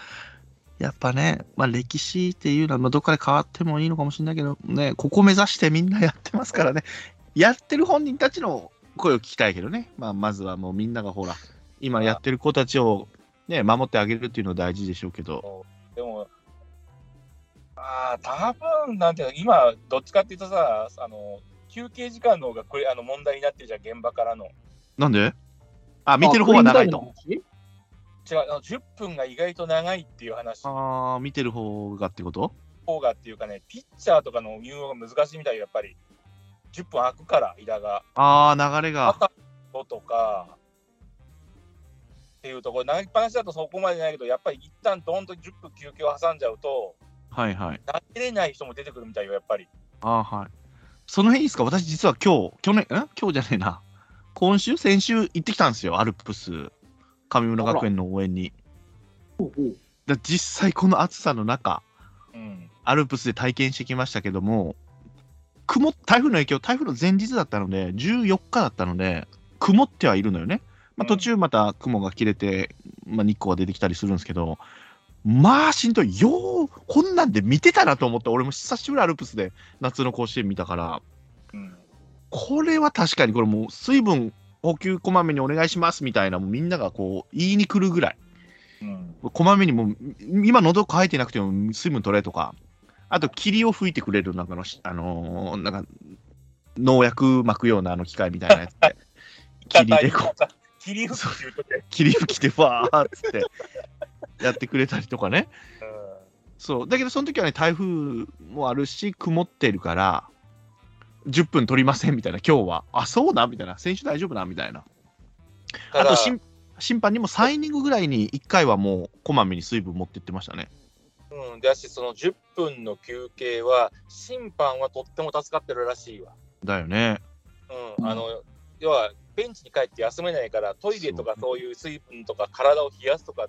S2: やっぱね、まあ、歴史っていうのは、まあ、どっかで変わってもいいのかもしれないけど、ね、ここ目指してみんなやってますからね、やってる本人たちの声を聞きたいけどね、まあ、まずはもうみんながほら、今やってる子たちを、ね、守ってあげるっていうのは大事でしょうけど、
S3: でも、ああ、多分なんていうの、今、どっちかっていうとさ、あの休憩時間の方がこれあの問題になってるじゃん、現場からの。
S2: なんであ、見てる方は長いと。。
S3: 違う、あの10分が意外と長いっていう話の
S2: ああ、見てる方がってこと
S3: 方がっていうかね、ピッチャーとかの入用が難しいみたいよ、やっぱり。10分空くから、間が。
S2: ああ、流れが。
S3: 肩とかっていうところ、投げっぱなしだとそこまでじゃないけど、やっぱり一旦どんと10分休憩を挟んじゃうと、
S2: はいはい。
S3: 投げれない人も出てくるみたいよ、やっぱり。
S2: あーはい。その辺いいですか私実は今日、去年、ん今日じゃねえな。今週、先週行ってきたんですよ。アルプス、神村学園の応援に。だ実際この暑さの中、
S3: うん、
S2: アルプスで体験してきましたけども、曇っ台風の影響、台風の前日だったので、14日だったので、曇ってはいるのよね。まあ、
S3: うん
S2: 途中また雲が切れて、まあ、日光が出てきたりするんですけど、まあしんどい、よう、こんなんで見てたなと思って、俺も久しぶりアルプスで夏の甲子園見たから、
S3: うん、
S2: これは確かに、これもう水分補給こまめにお願いしますみたいな、もうみんながこう言いに来るぐらい。
S3: うん、
S2: こまめにもう、今喉乾いてなくても水分取れとか、あと霧を吹いてくれるなんかのし、あのーなんか、農薬巻くようなあの機械みたいなやつで、霧でこう、
S3: 切り吹きって言うとね、
S2: 霧吹きでわーっつってやってくれたりとかね。そう。だけどその時はね、台風もあるし、曇ってるから、10分取りませんみたいな、今日は。あ、そうなみたいな。選手大丈夫なみたいな。
S3: うん、
S2: あ
S3: ただ
S2: と審審判にも3イニングぐらいに1回はもう、こまめに水分持ってってましたね。
S3: うん、だし、その10分の休憩は、審判はとっても助かってるらしいわ。
S2: だよね。
S3: うん、あの要はベンチに帰って休めないからトイレとかそういう水分とか体を冷やすとかっ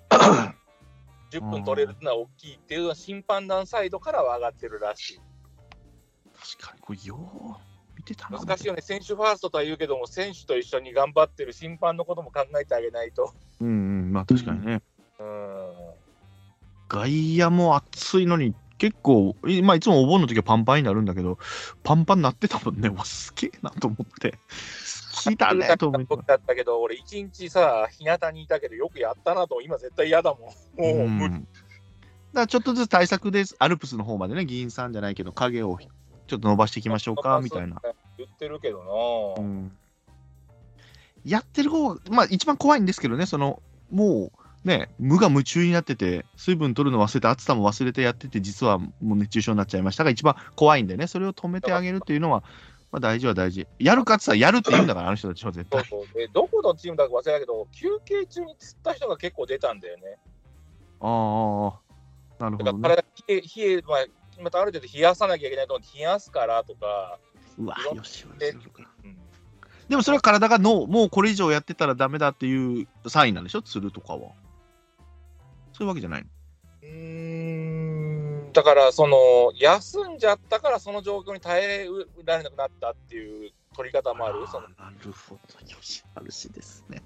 S3: ていう10分取れるのは大きいっていうのは審判団サイドからは上がってるらしい
S2: 確かにこれよう見てたな
S3: 難しいよね選手ファーストとは言うけども選手と一緒に頑張ってる審判のことも考えてあげないと、
S2: うんうんまあ確かにね、
S3: うん、
S2: 外野も暑いのに結構いまあいつもお盆の時はパンパンになるんだけどパンパンになってたもんねわすげえなと思 って好きだねと思って
S3: 僕だったけど俺一日さ日向にいたけどよくやったなと今絶対嫌だもんもう
S2: うん
S3: 無
S2: だ
S3: 理、
S2: からちょっとずつ対策ですアルプスの方までね議員さんじゃないけど影をちょっと伸ばしていきましょうかみたいな
S3: 言言ってるけどな、
S2: やってる方が、まあ一番怖いんですけどね、その、もうね、無我夢中になってて、水分取るの忘れて、暑さも忘れてやってて、実はもう熱中症になっちゃいましたが、一番怖いんでね、それを止めてあげるっていうのは、まあ大事は大事。やるかって言ったらやるって言うんだから、あの人たちは絶
S3: そう
S2: 対。
S3: そうでどこのチームだか忘れたけど、休憩中に釣った人が結構出たんだよね。
S2: ああああ、なるほ
S3: だか
S2: ど
S3: ら
S2: ね。
S3: 体冷え、冷えまあ、またある程度冷やさなきゃいけないと思って冷やすからとか、
S2: うわ、
S3: 体
S2: よしよしよし
S3: うん
S2: でもそれは体が脳、もうこれ以上やってたらダメだっていうサインなんでしょ、釣るとかは。そういうわけじゃないの。
S3: うーんだからその休んじゃったからその状況に耐えられなくなったっていう取り方もあるその
S2: あーなるほど、よし、あるしですね。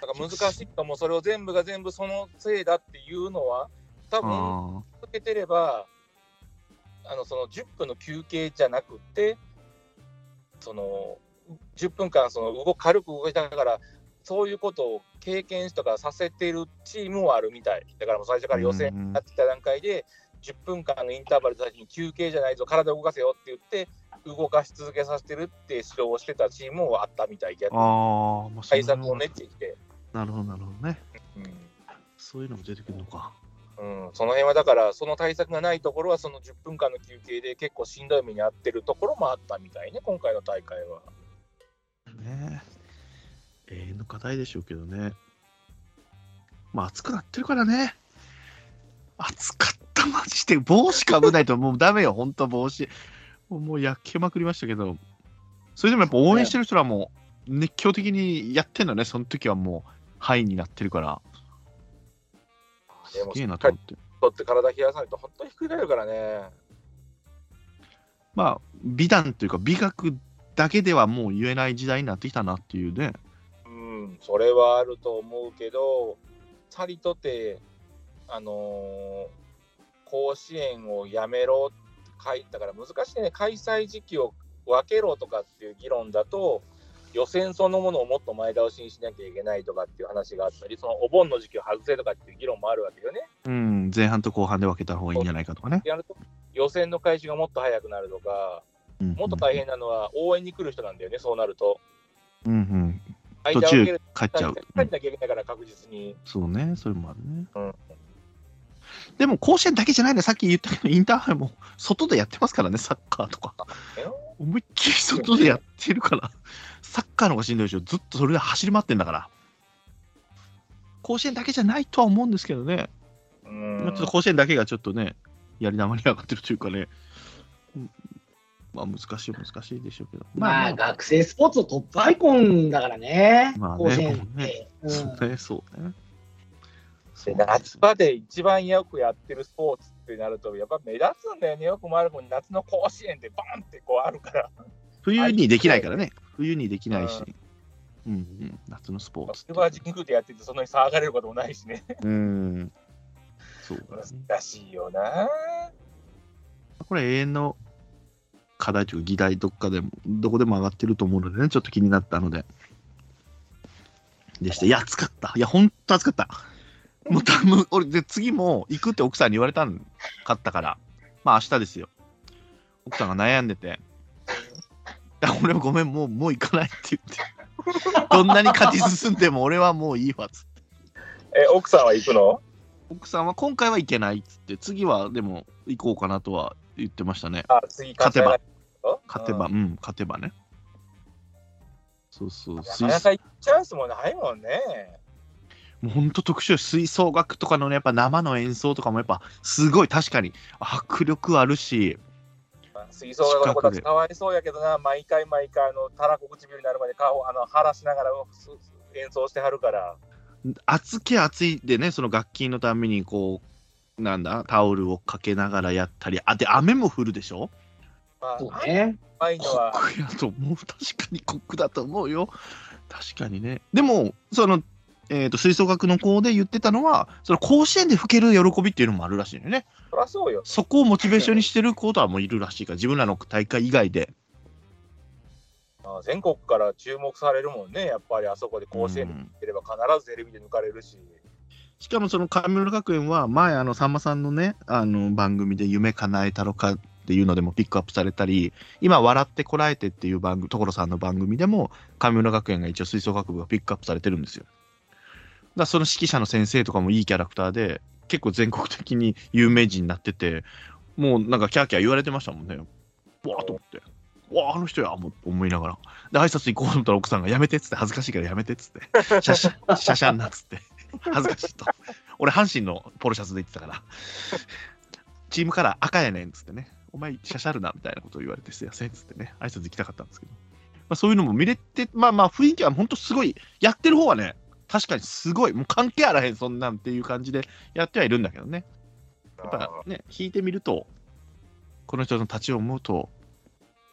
S3: だから難しいかもそれを全部が全部そのせいだっていうのは多分
S2: あ
S3: 続けてればあのその10分の休憩じゃなくてその10分間その動軽く動いたからそういうことを経験しとかさせてるチームもあるみたいだからもう最初から予
S2: う
S3: 選
S2: んうん
S3: になってきた段階で10分間のインターバルで先に休憩じゃないぞ体を動かせよって言って動かし続けさせてるって指導をしてたチームもあったみたい逆
S2: あ
S3: に
S2: ー、まあ、
S3: 対策を練ってきて、
S2: なるほど、なるほどね。
S3: うん
S2: そういうのも出てくるのか。
S3: うん、その辺はだから、その対策がないところは、その10分間の休憩で結構しんどい目に遭ってるところもあったみたいね、今回の大会は。
S2: ねえ。永遠の課題でしょうけどね。まあ、暑くなってるからね。暑かった、マジで。帽子かぶんないともうダメよ、ほんと帽子。もうもう焼けまくりましたけど。それでもやっぱ応援してる人らも熱狂的にやってんのね、その時はもう、ハイになってるから。す
S3: でも
S2: げえなと思って。
S3: とって体冷やさないと、本当に低くなるからね。
S2: まあ、美談というか、美学だけではもう言えない時代になってきたなっていうね。
S3: うん、それはあると思うけど、さりとて、あのー甲子園をやめろ、かいだから難しいね、開催時期を分けろとかっていう議論だと、予選そのものをもっと前倒しにしなきゃいけないとかっていう話があったり、そのお盆の時期を外せとかっていう議論もあるわけよね。
S2: うん、前半と後半で分けた方がいいんじゃないかとかね。
S3: やると予選の開始がもっと早くなるとか、
S2: うん
S3: もっと大変なのは応援に来る人なんだよね、そうなると。
S2: うんうん。
S3: 間
S2: 途
S3: を空け
S2: 中
S3: る
S2: 帰っちゃう。う
S3: 帰ん
S2: ん
S3: なきゃいけないから、確実に。
S2: そうね、それもあるね。
S3: うん
S2: でも甲子園だけじゃないんだよさっき言ったけど、インターハイも外でやってますからね、サッカーとか
S3: え。
S2: 思いっきり外でやってるから、サッカーの方がしんどいでしょ。ずっとそれで走り回ってんだから。甲子園だけじゃないとは思うんですけどね。
S3: うん
S2: まあちょっと甲子園だけがちょっとね、やり玉に上がってるというかね、うんまあ難しい難しいでしょうけど。
S4: まあ、学生スポーツのトップアイコンだからね、
S2: まあね
S4: 甲子園って。うん
S2: そうね、そうね。そうなんです
S3: 夏
S2: よ
S3: 場で一番よくやってるスポーツってなると、やっぱ目立つんだよね、よくもあるもん夏の甲子園でバンってこうあるから、
S2: 冬にできないからね、冬にできないし、うんうん、夏のスポーツって
S3: スーパージングでやってて、そんなに騒がれることもないしね、
S2: うん、そうだね。
S3: 難しいよな。
S2: これ永遠の課題というか議題どっかでもどこでも上がってると思うのでねちょっと気になったのででしたいや暑かったいやほんと暑かったもう多分俺で次も行くって奥さんに言われたんかったからまあ明日ですよ奥さんが悩んでていや俺はごめんもうもう行かないって言ってどんなに勝ち進んでも俺はもういいわっつって
S3: え、奥さんは行くの
S2: 奥さんは今回は行けないっつって次はでも行こうかなとは言ってましたね
S3: あ、次
S2: 勝てば
S3: ば
S2: 勝てば、うん、勝てばね。そうそう、
S3: な
S2: 吹
S3: かなか行くチャンスもないもんね。
S2: もう本当特殊よ吹奏楽とかのね、やっぱ生の演奏とかもやっぱすごい確かに迫力あるし、
S3: まあ吹奏楽の子たちかわいそうやけどな、毎回毎回、あの、たらこ唇になるまで顔をあの晴らしながらす演奏してはるから。
S2: 熱気熱いでね、その楽器のためにこう、なんだ、タオルをかけながらやったり、あ、で、雨も降るでしょ
S3: まあ、
S4: そうね。
S3: 甘いのは、
S2: 酷やと思う。確かに酷だと思うよ。確かにね。でも、その、えー、と吹奏楽の子で言ってたのは、その甲子園で吹ける喜びっていうのもあるらしいのよね。
S3: そりゃそうよ。
S2: そこをモチベーションにしてる子とはもういるらしいから、自分らの大会以外で。
S3: まあ全国から注目されるもんね、やっぱりあそこで甲子園
S2: う
S3: に
S2: ん
S3: 行ければ必ずテレビで抜かれるし、
S2: しかもその神村学園は、前、あの、さんまさんのね、あの、番組で夢叶えたろかっていうのでもピックアップされたり、今、笑ってこらえてっていう番組、所さんの番組でも、神村学園が一応吹奏楽部がピックアップされてるんですよ。だからその指揮者の先生とかもいいキャラクターで、結構全国的に有名人になってて、もうなんかキャーキャー言われてましたもんね。わーと思って。わあ、あの人や、もう思いながら。で、挨拶行こうと思ったら奥さんが、やめてっつって、恥ずかしいからやめてっつって、シャシャ、シャシャンなっつって、恥ずかしいと。俺、阪神のポロシャツで行ってたから、 チームカラー赤やねんっつってね、お前、シャシャるなみたいなことを言われて、すいませんっつってね、挨拶行きたかったんですけど、まあ、そういうのも見れて、まあまあ、雰囲気は本当すごい、やってる方はね、確かにすごい、もう関係あらへん、そんなんっていう感じでやってはいるんだけどね。やっぱね、弾いてみると、この人の立ちを思うと、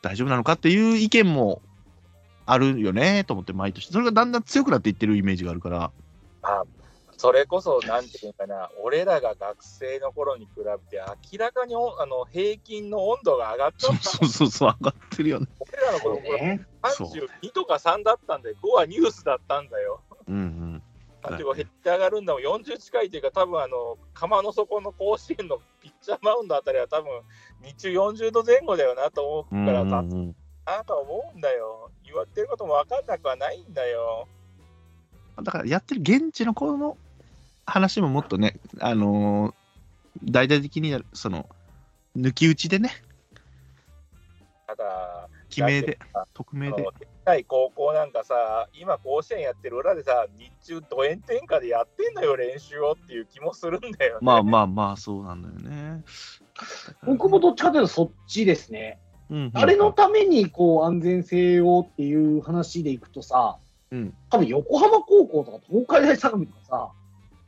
S2: 大丈夫なのかっていう意見もあるよねと思って、毎年。それがだんだん強くなっていってるイメージがあるから、
S3: あそれこそ、なんていうかな、俺らが学生の頃に比べて、明らかにおあの平均の温度が上がった
S2: そうそうそうそう、上がってるよね。
S3: 俺らの頃、ほら
S4: ね
S2: そう
S3: 32とか3だったんで、5はニュースだったんだよ。
S2: うんうん。
S3: 35減って上がるんだもん、40近いというか、多分あの釜の底の甲子園のピッチャーマウンドあたりは、多分日中40度前後だよなと思
S2: う
S3: うんから、
S2: うんうん
S3: なと思うんだよ。言われてることも分かんなくはないんだよ。
S2: だからやってる現地の子の話ももっとね、あのー大々的にやるその抜き打ちでね、
S3: ただ、
S2: 記名で、
S3: だっ
S2: 匿
S3: て
S2: 名
S3: さ。あ
S2: で
S3: の、でっかい高校なんかさ、今甲子園やってる裏でさ、日中、ド炎天下でやってんだよ、練習をっていう気もするんだよね、
S2: まあ まあまあ、そうなんだよね。
S4: 僕もどっちかというとそっちですね。
S2: うんうんうん
S4: あれのためにこう安全性をっていう話でいくとさ、
S2: うん
S4: 多分横浜高校とか東海大相模とかさ、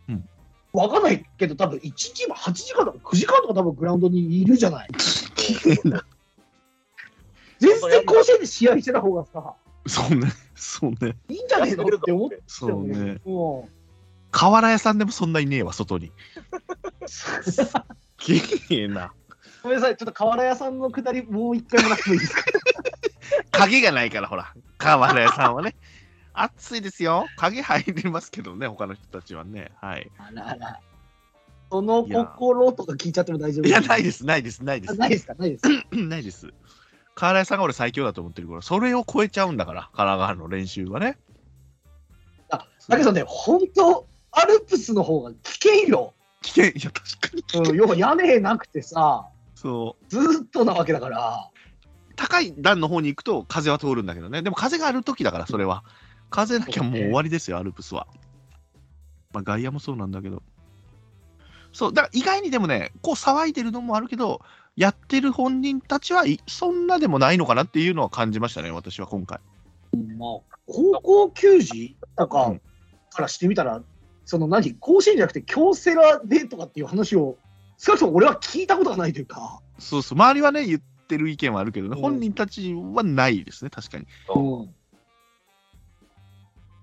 S2: うん
S4: わかんないけど、多分1時間、8時間とか9時間とか多分グラウンドにいるじゃない。全然甲子園で試合してた方がさ、
S2: そうね、そうね、
S4: いいんじゃねえのって思ってた
S2: そ
S4: よ
S2: うね。
S4: うん
S2: 瓦屋さんでもそんないねえわ、外に。きれいな。
S4: ごめんなさい、ちょっと瓦屋さんの下り、もう一回もらってもいいですか
S2: 影がないから、ほら、瓦屋さんはね。暑いですよ。影入りますけどね、他の人たちはね。はい。
S4: あらあら。その心とか聞いちゃっても大丈夫
S2: いや、ないです、ないです、ないで
S4: あ
S2: す。
S4: ないですか、ないですか。
S2: うん ないです。河原屋さんが俺最強だと思ってるから、それを超えちゃうんだから、神奈川の練習はね。
S4: あだけどね、本当、アルプスの方が危険よ。
S2: 危険、いや、確かに。
S4: うん、要は屋根なくてさ、
S2: そう。
S4: ずーっとなわけだから、
S2: 高い段の方に行くと風は通るんだけどね。でも風がある時だから、それは。風なきゃもう終わりですよ、アルプスは。まあ、外野もそうなんだけど。そう、だから意外にでもね、こう騒いでるのもあるけど、やってる本人たちはいそんなでもないのかなっていうのは感じましたね、私は今回。
S4: まあ、高校球児と
S2: う
S4: か
S2: ん
S4: からしてみたら、その何、甲子園じゃなくて、京セラでとかっていう話を、少なくとも俺は聞いたことがないというか、
S2: そうそう、周りはね、言ってる意見はあるけどね、
S4: うん
S2: 本人たちはないですね、確かに。
S4: うん、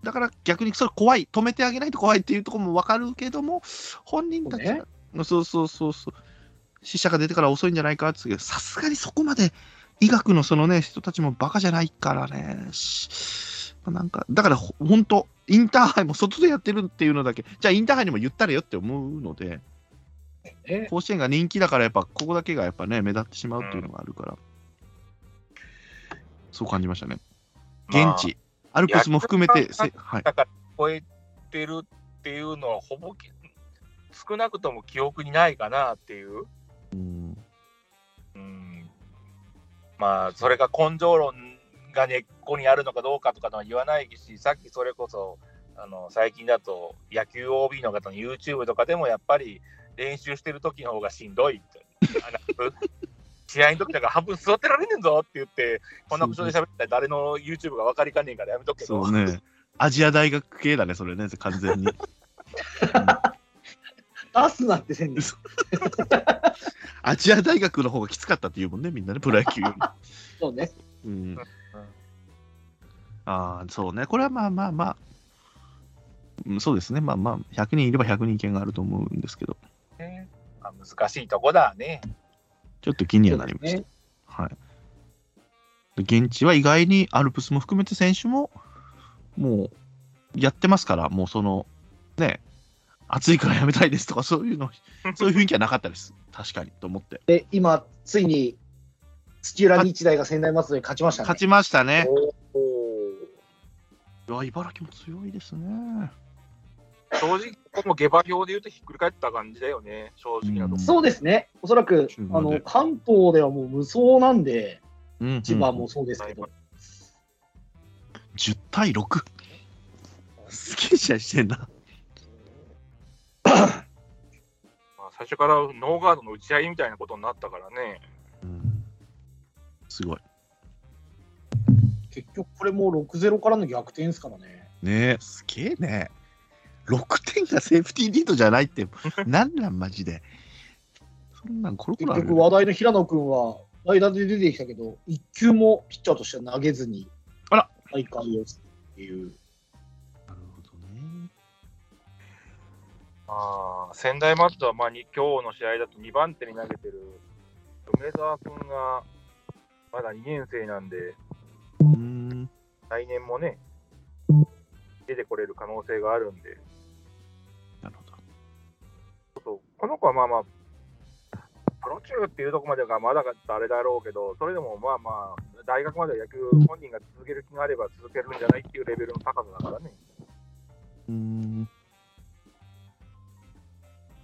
S2: だから逆にそれ怖い、止めてあげないと怖いっていうところも分かるけども、本人たち
S4: そう
S2: が、そうそうそうそう、死者が出てから遅いんじゃないかって言うけど、さすがにそこまで医学のそのね、人たちもバカじゃないからね、しまあなんか、だからほ本当、インターハイも外でやってるっていうのだけ、じゃあインターハイにも言ったらよって思うので、
S4: え
S2: 甲子園が人気だから、やっぱここだけがやっぱね、目立ってしまうっていうのがあるから、そう感じましたね。現地、アルプスも含めて、せはい。
S3: 超えてるっていうのは、ほぼき少なくとも記憶にないかなっていう。
S2: うん
S3: うんまあ、それが根性論が根っこにあるのかどうかとかのは言わないし、さっきそれこそ、あの最近だと野球 OB の方の YouTube とかでもやっぱり練習してる時の方がしんどいって。あの 試合の時なんか半分座ってられねえぞって言って、こんな口調で喋ったら誰の YouTube が分かりかねえからやめとくけど。
S2: そうね。アジア大学系だね、それね、完全に。
S4: 出すなってせんねん
S2: そ アジア大学の方がきつかったっていうもんね、みんなね、プロ野球よ
S4: そうね。
S2: り。うん、ああ、そうね。これはまあまあまあ、うん、そうですね。まあまあ、100人いれば100人意見があると思うんですけど、
S3: ね まあ難しいとこだね。
S2: ちょっと気にはなりました。
S4: そうで
S2: はい。で現地は意外にアルプスも含めて選手も、もう、やってますから、もうその、ね、暑いからやめたいですとか、そういうの、そういう雰囲気はなかったです。確かに、と思って。
S4: で、今、ついに土浦日大が仙台松戸に勝ちましたね。
S2: 勝ちましたね。
S3: おー
S2: いや、茨城も強いですね。
S3: 正直、ここも下馬評で言うとひっくり返った感じだよね、正直なとこ
S2: うん
S4: そうですね、おそらく
S2: 中
S4: あ
S2: 盤で
S4: の関東ではもう無双なんで、
S2: うん
S4: 千葉もそうですけど、
S2: 10対6。すげえ試合してんな。
S3: まあ最初からノーガードの打ち合いみたいなことになったからね。
S2: すごい。
S4: 結局これもう6-0からの逆転ですからね。
S2: ねえ、すげえね。6点がセーフティーリードじゃない って、なんなんマジで。そんなんコロコロ
S4: 結
S2: ある
S4: 局、話題の平野君は代打で出てきたけど、1球もピッチャーとしては投げずに、
S2: あら
S4: 大会をっていう、
S2: なるほどね。
S3: ああ、仙台マットはまあに今日の試合だと2番手に投げてる梅沢君がまだ2年生なんで、
S2: うーん。
S3: 来年もね、出てこれる可能性があるんで、
S2: なるほど。
S3: この子はまあまあ、プロ中っていうとこまでがまだかあれだろうけど、それでもまあまあ、大学までは野球本人が続ける気があれば続けるんじゃないっていうレベルの高さだからね。
S2: うーん。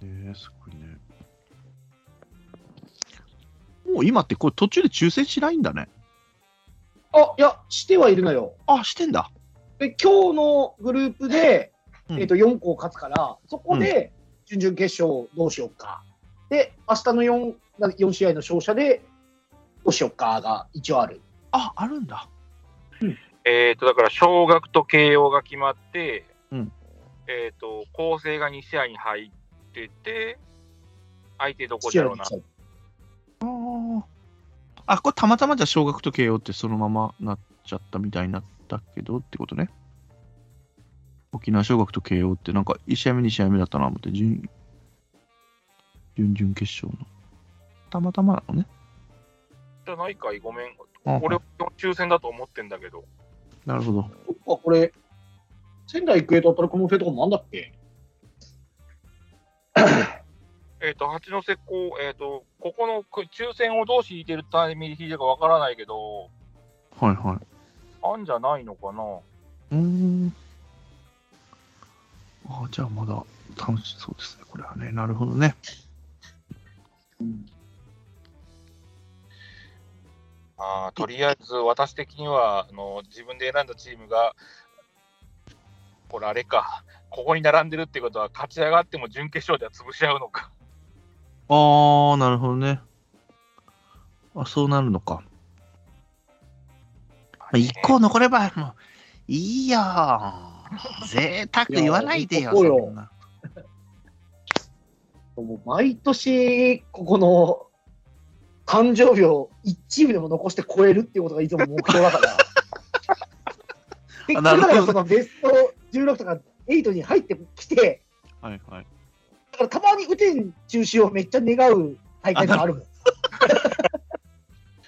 S2: ええすごいね。もう今ってこれ途中で抽選しないんだね。
S4: あいや、してはいるのよ。
S2: あ、してんだ。
S4: で今日のグループで、
S2: うん
S4: えー、と4校勝つから、そこで準々決勝どうしようか、で明日の 4, な4試合の勝者でどうしようかが一応ある。
S2: あ、あるんだ。
S3: えー、とだから、小学と慶応が決まって、
S2: うん
S3: えー、と構成が2試合に入ってて、相手どこ
S4: 土
S3: だ
S4: 浦
S3: ろうな
S4: 日、大
S2: あーあ、これたまたまじゃ小学と慶応ってそのままなっちゃったみたいになったけどってことね。沖縄小学と慶応ってなんか1試合目2試合目だったな思って準準々決勝の。たまたまなのね。
S3: じゃないかい、ごめん、
S2: うん
S3: 俺、抽選だと思ってんだけど、
S2: なるほど。
S4: そっかこれ仙台育英と当たる可能性とかもなんだっけ
S3: えー、と八戸高、えーと、ここのく抽選をどう引いてるタイミングで引いてるかわからないけど、
S2: はいは
S3: あんじゃないのか
S2: い。
S3: な、
S2: うーん。あーじゃあまだ楽しそうですね。これはね。なるほどね。
S3: あーとりあえず私的にはあの自分で選んだチームが、これ、あれか、ここに並んでるってことは、勝ち上がっても準決勝では潰し合うのか。
S2: ああ、なるほどね。あ、そうなるのか。一個残れば、もう、いいよ。贅沢言わないでよ、
S4: いやそうよ
S2: そんな。
S4: もう毎年ここの誕生日を1チームでも残して超えるっていうことがいつも目標だ から。結局だからそのベスト16とか8に入ってきて、
S2: はいはい。
S4: だからたまに雨天中止をめっちゃ願う大会もある もん。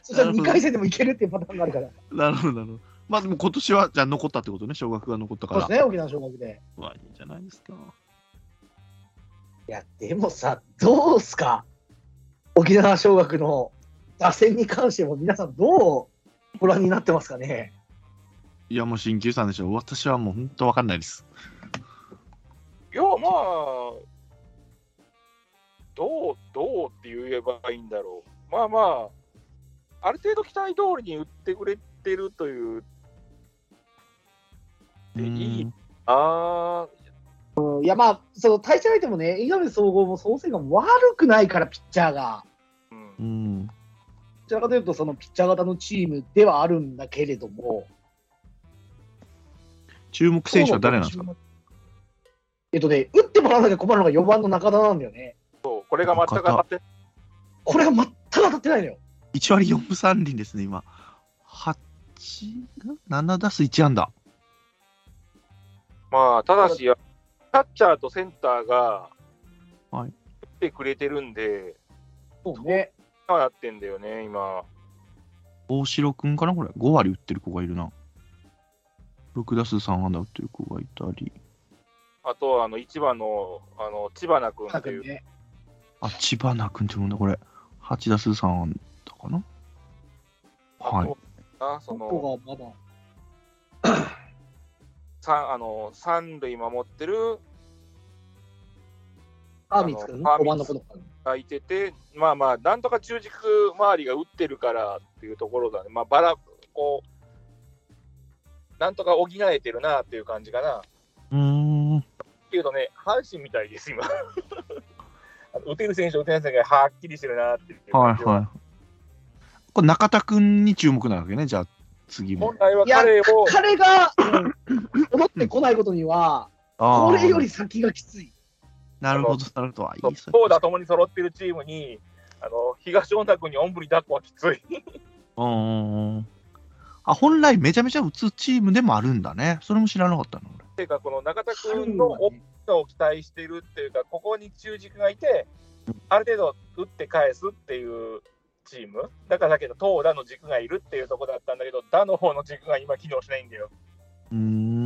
S4: そしたら2回戦でもいけるっていうパターンがあるから。
S2: なるほど、なるほど。まあでも今年は、じゃあ残ったってことね、小学が残ったか
S4: そう
S2: ら。
S4: ですね、沖縄小学で。
S2: うわいいんじゃないですか。
S4: いや、でもさ、どうすか沖縄小学の打線に関しても皆さんどうご覧になってますかね
S2: いや、もう新旧さんでしょ。私はもう本当わかんないです。
S3: いや、まあ、どう、どうって言えばいいんだろう。まあまあ、ある程度期待通りに売ってくれてるという、でいい
S2: うん
S3: あ
S4: いや、まあ、その対戦相手もね、稲上総合も創成が悪くないから、ピッチャーが。
S3: ー、うん
S2: う、ん。
S4: どちらかというと、そのピッチャー型のチームではあるんだけれども。
S2: 注目選手は誰なんですか
S4: えっとね、打ってもらわなきゃ困るのが4番の中田なんだよね。
S3: そうこれが全く当たって、
S4: これが全く当たってないのよ。
S2: 1割4分3厘ですね、今。8、7打数1安打。
S3: まあ、ただし、キャッチャーとセンターが、
S2: はい
S3: 打ってくれてるんで、
S4: そうね。
S3: 今やってんだよね、今。
S2: 大城くんかなこれ。5割打ってる子がいるな。6打数3安打打ってる子がいたり。
S3: あとは、あの、1番の、あの、知花君
S4: た
S3: って
S4: く
S3: い
S4: ん
S3: う、
S4: ね。
S2: あ、知花くんってもんだ、これ。8打数3安打かなはい
S3: あとあそ
S4: そ
S3: の
S4: こがまだ。
S3: 三あの三塁守ってる
S4: ハーミーツ君、
S3: あの
S4: 5番の子とか。
S3: 空いてて、まあまあ、なんとか中軸周りが打ってるからっていうところだね、まあ、ばらこう、なんとか補えてるなっていう感じかな。
S2: うーん。
S3: けどね、阪神みたいです、今。 あの打てる選手、打てない選手がはっきりしてるなっていう
S2: は
S3: 感
S2: い
S3: じ
S2: はい。これ中田くんに注目なわけね、じゃあ次も
S3: 本。来はい
S4: や
S3: 彼を、
S4: 彼が戻ってこないことには、
S2: あ
S4: こ
S2: ー
S4: れより先がきつい。
S2: なるほど、なるほど。あいいそ
S3: 投打ともに揃ってるチームに、あの東恩納君におんぶに抱っこはきつい。
S2: うんうんうん。あ、本来めちゃめちゃ打つチームでもあるんだね。それも知らなかったの。
S3: ていうか、この中田君の大きさを期待してるっていうか、ここに中軸がいて、ある程度打って返すっていうチーム、だからだけど、投打の軸がいるっていうところだったんだけど、打の方の軸が今、機能しないんだよ。
S2: 俺うーん。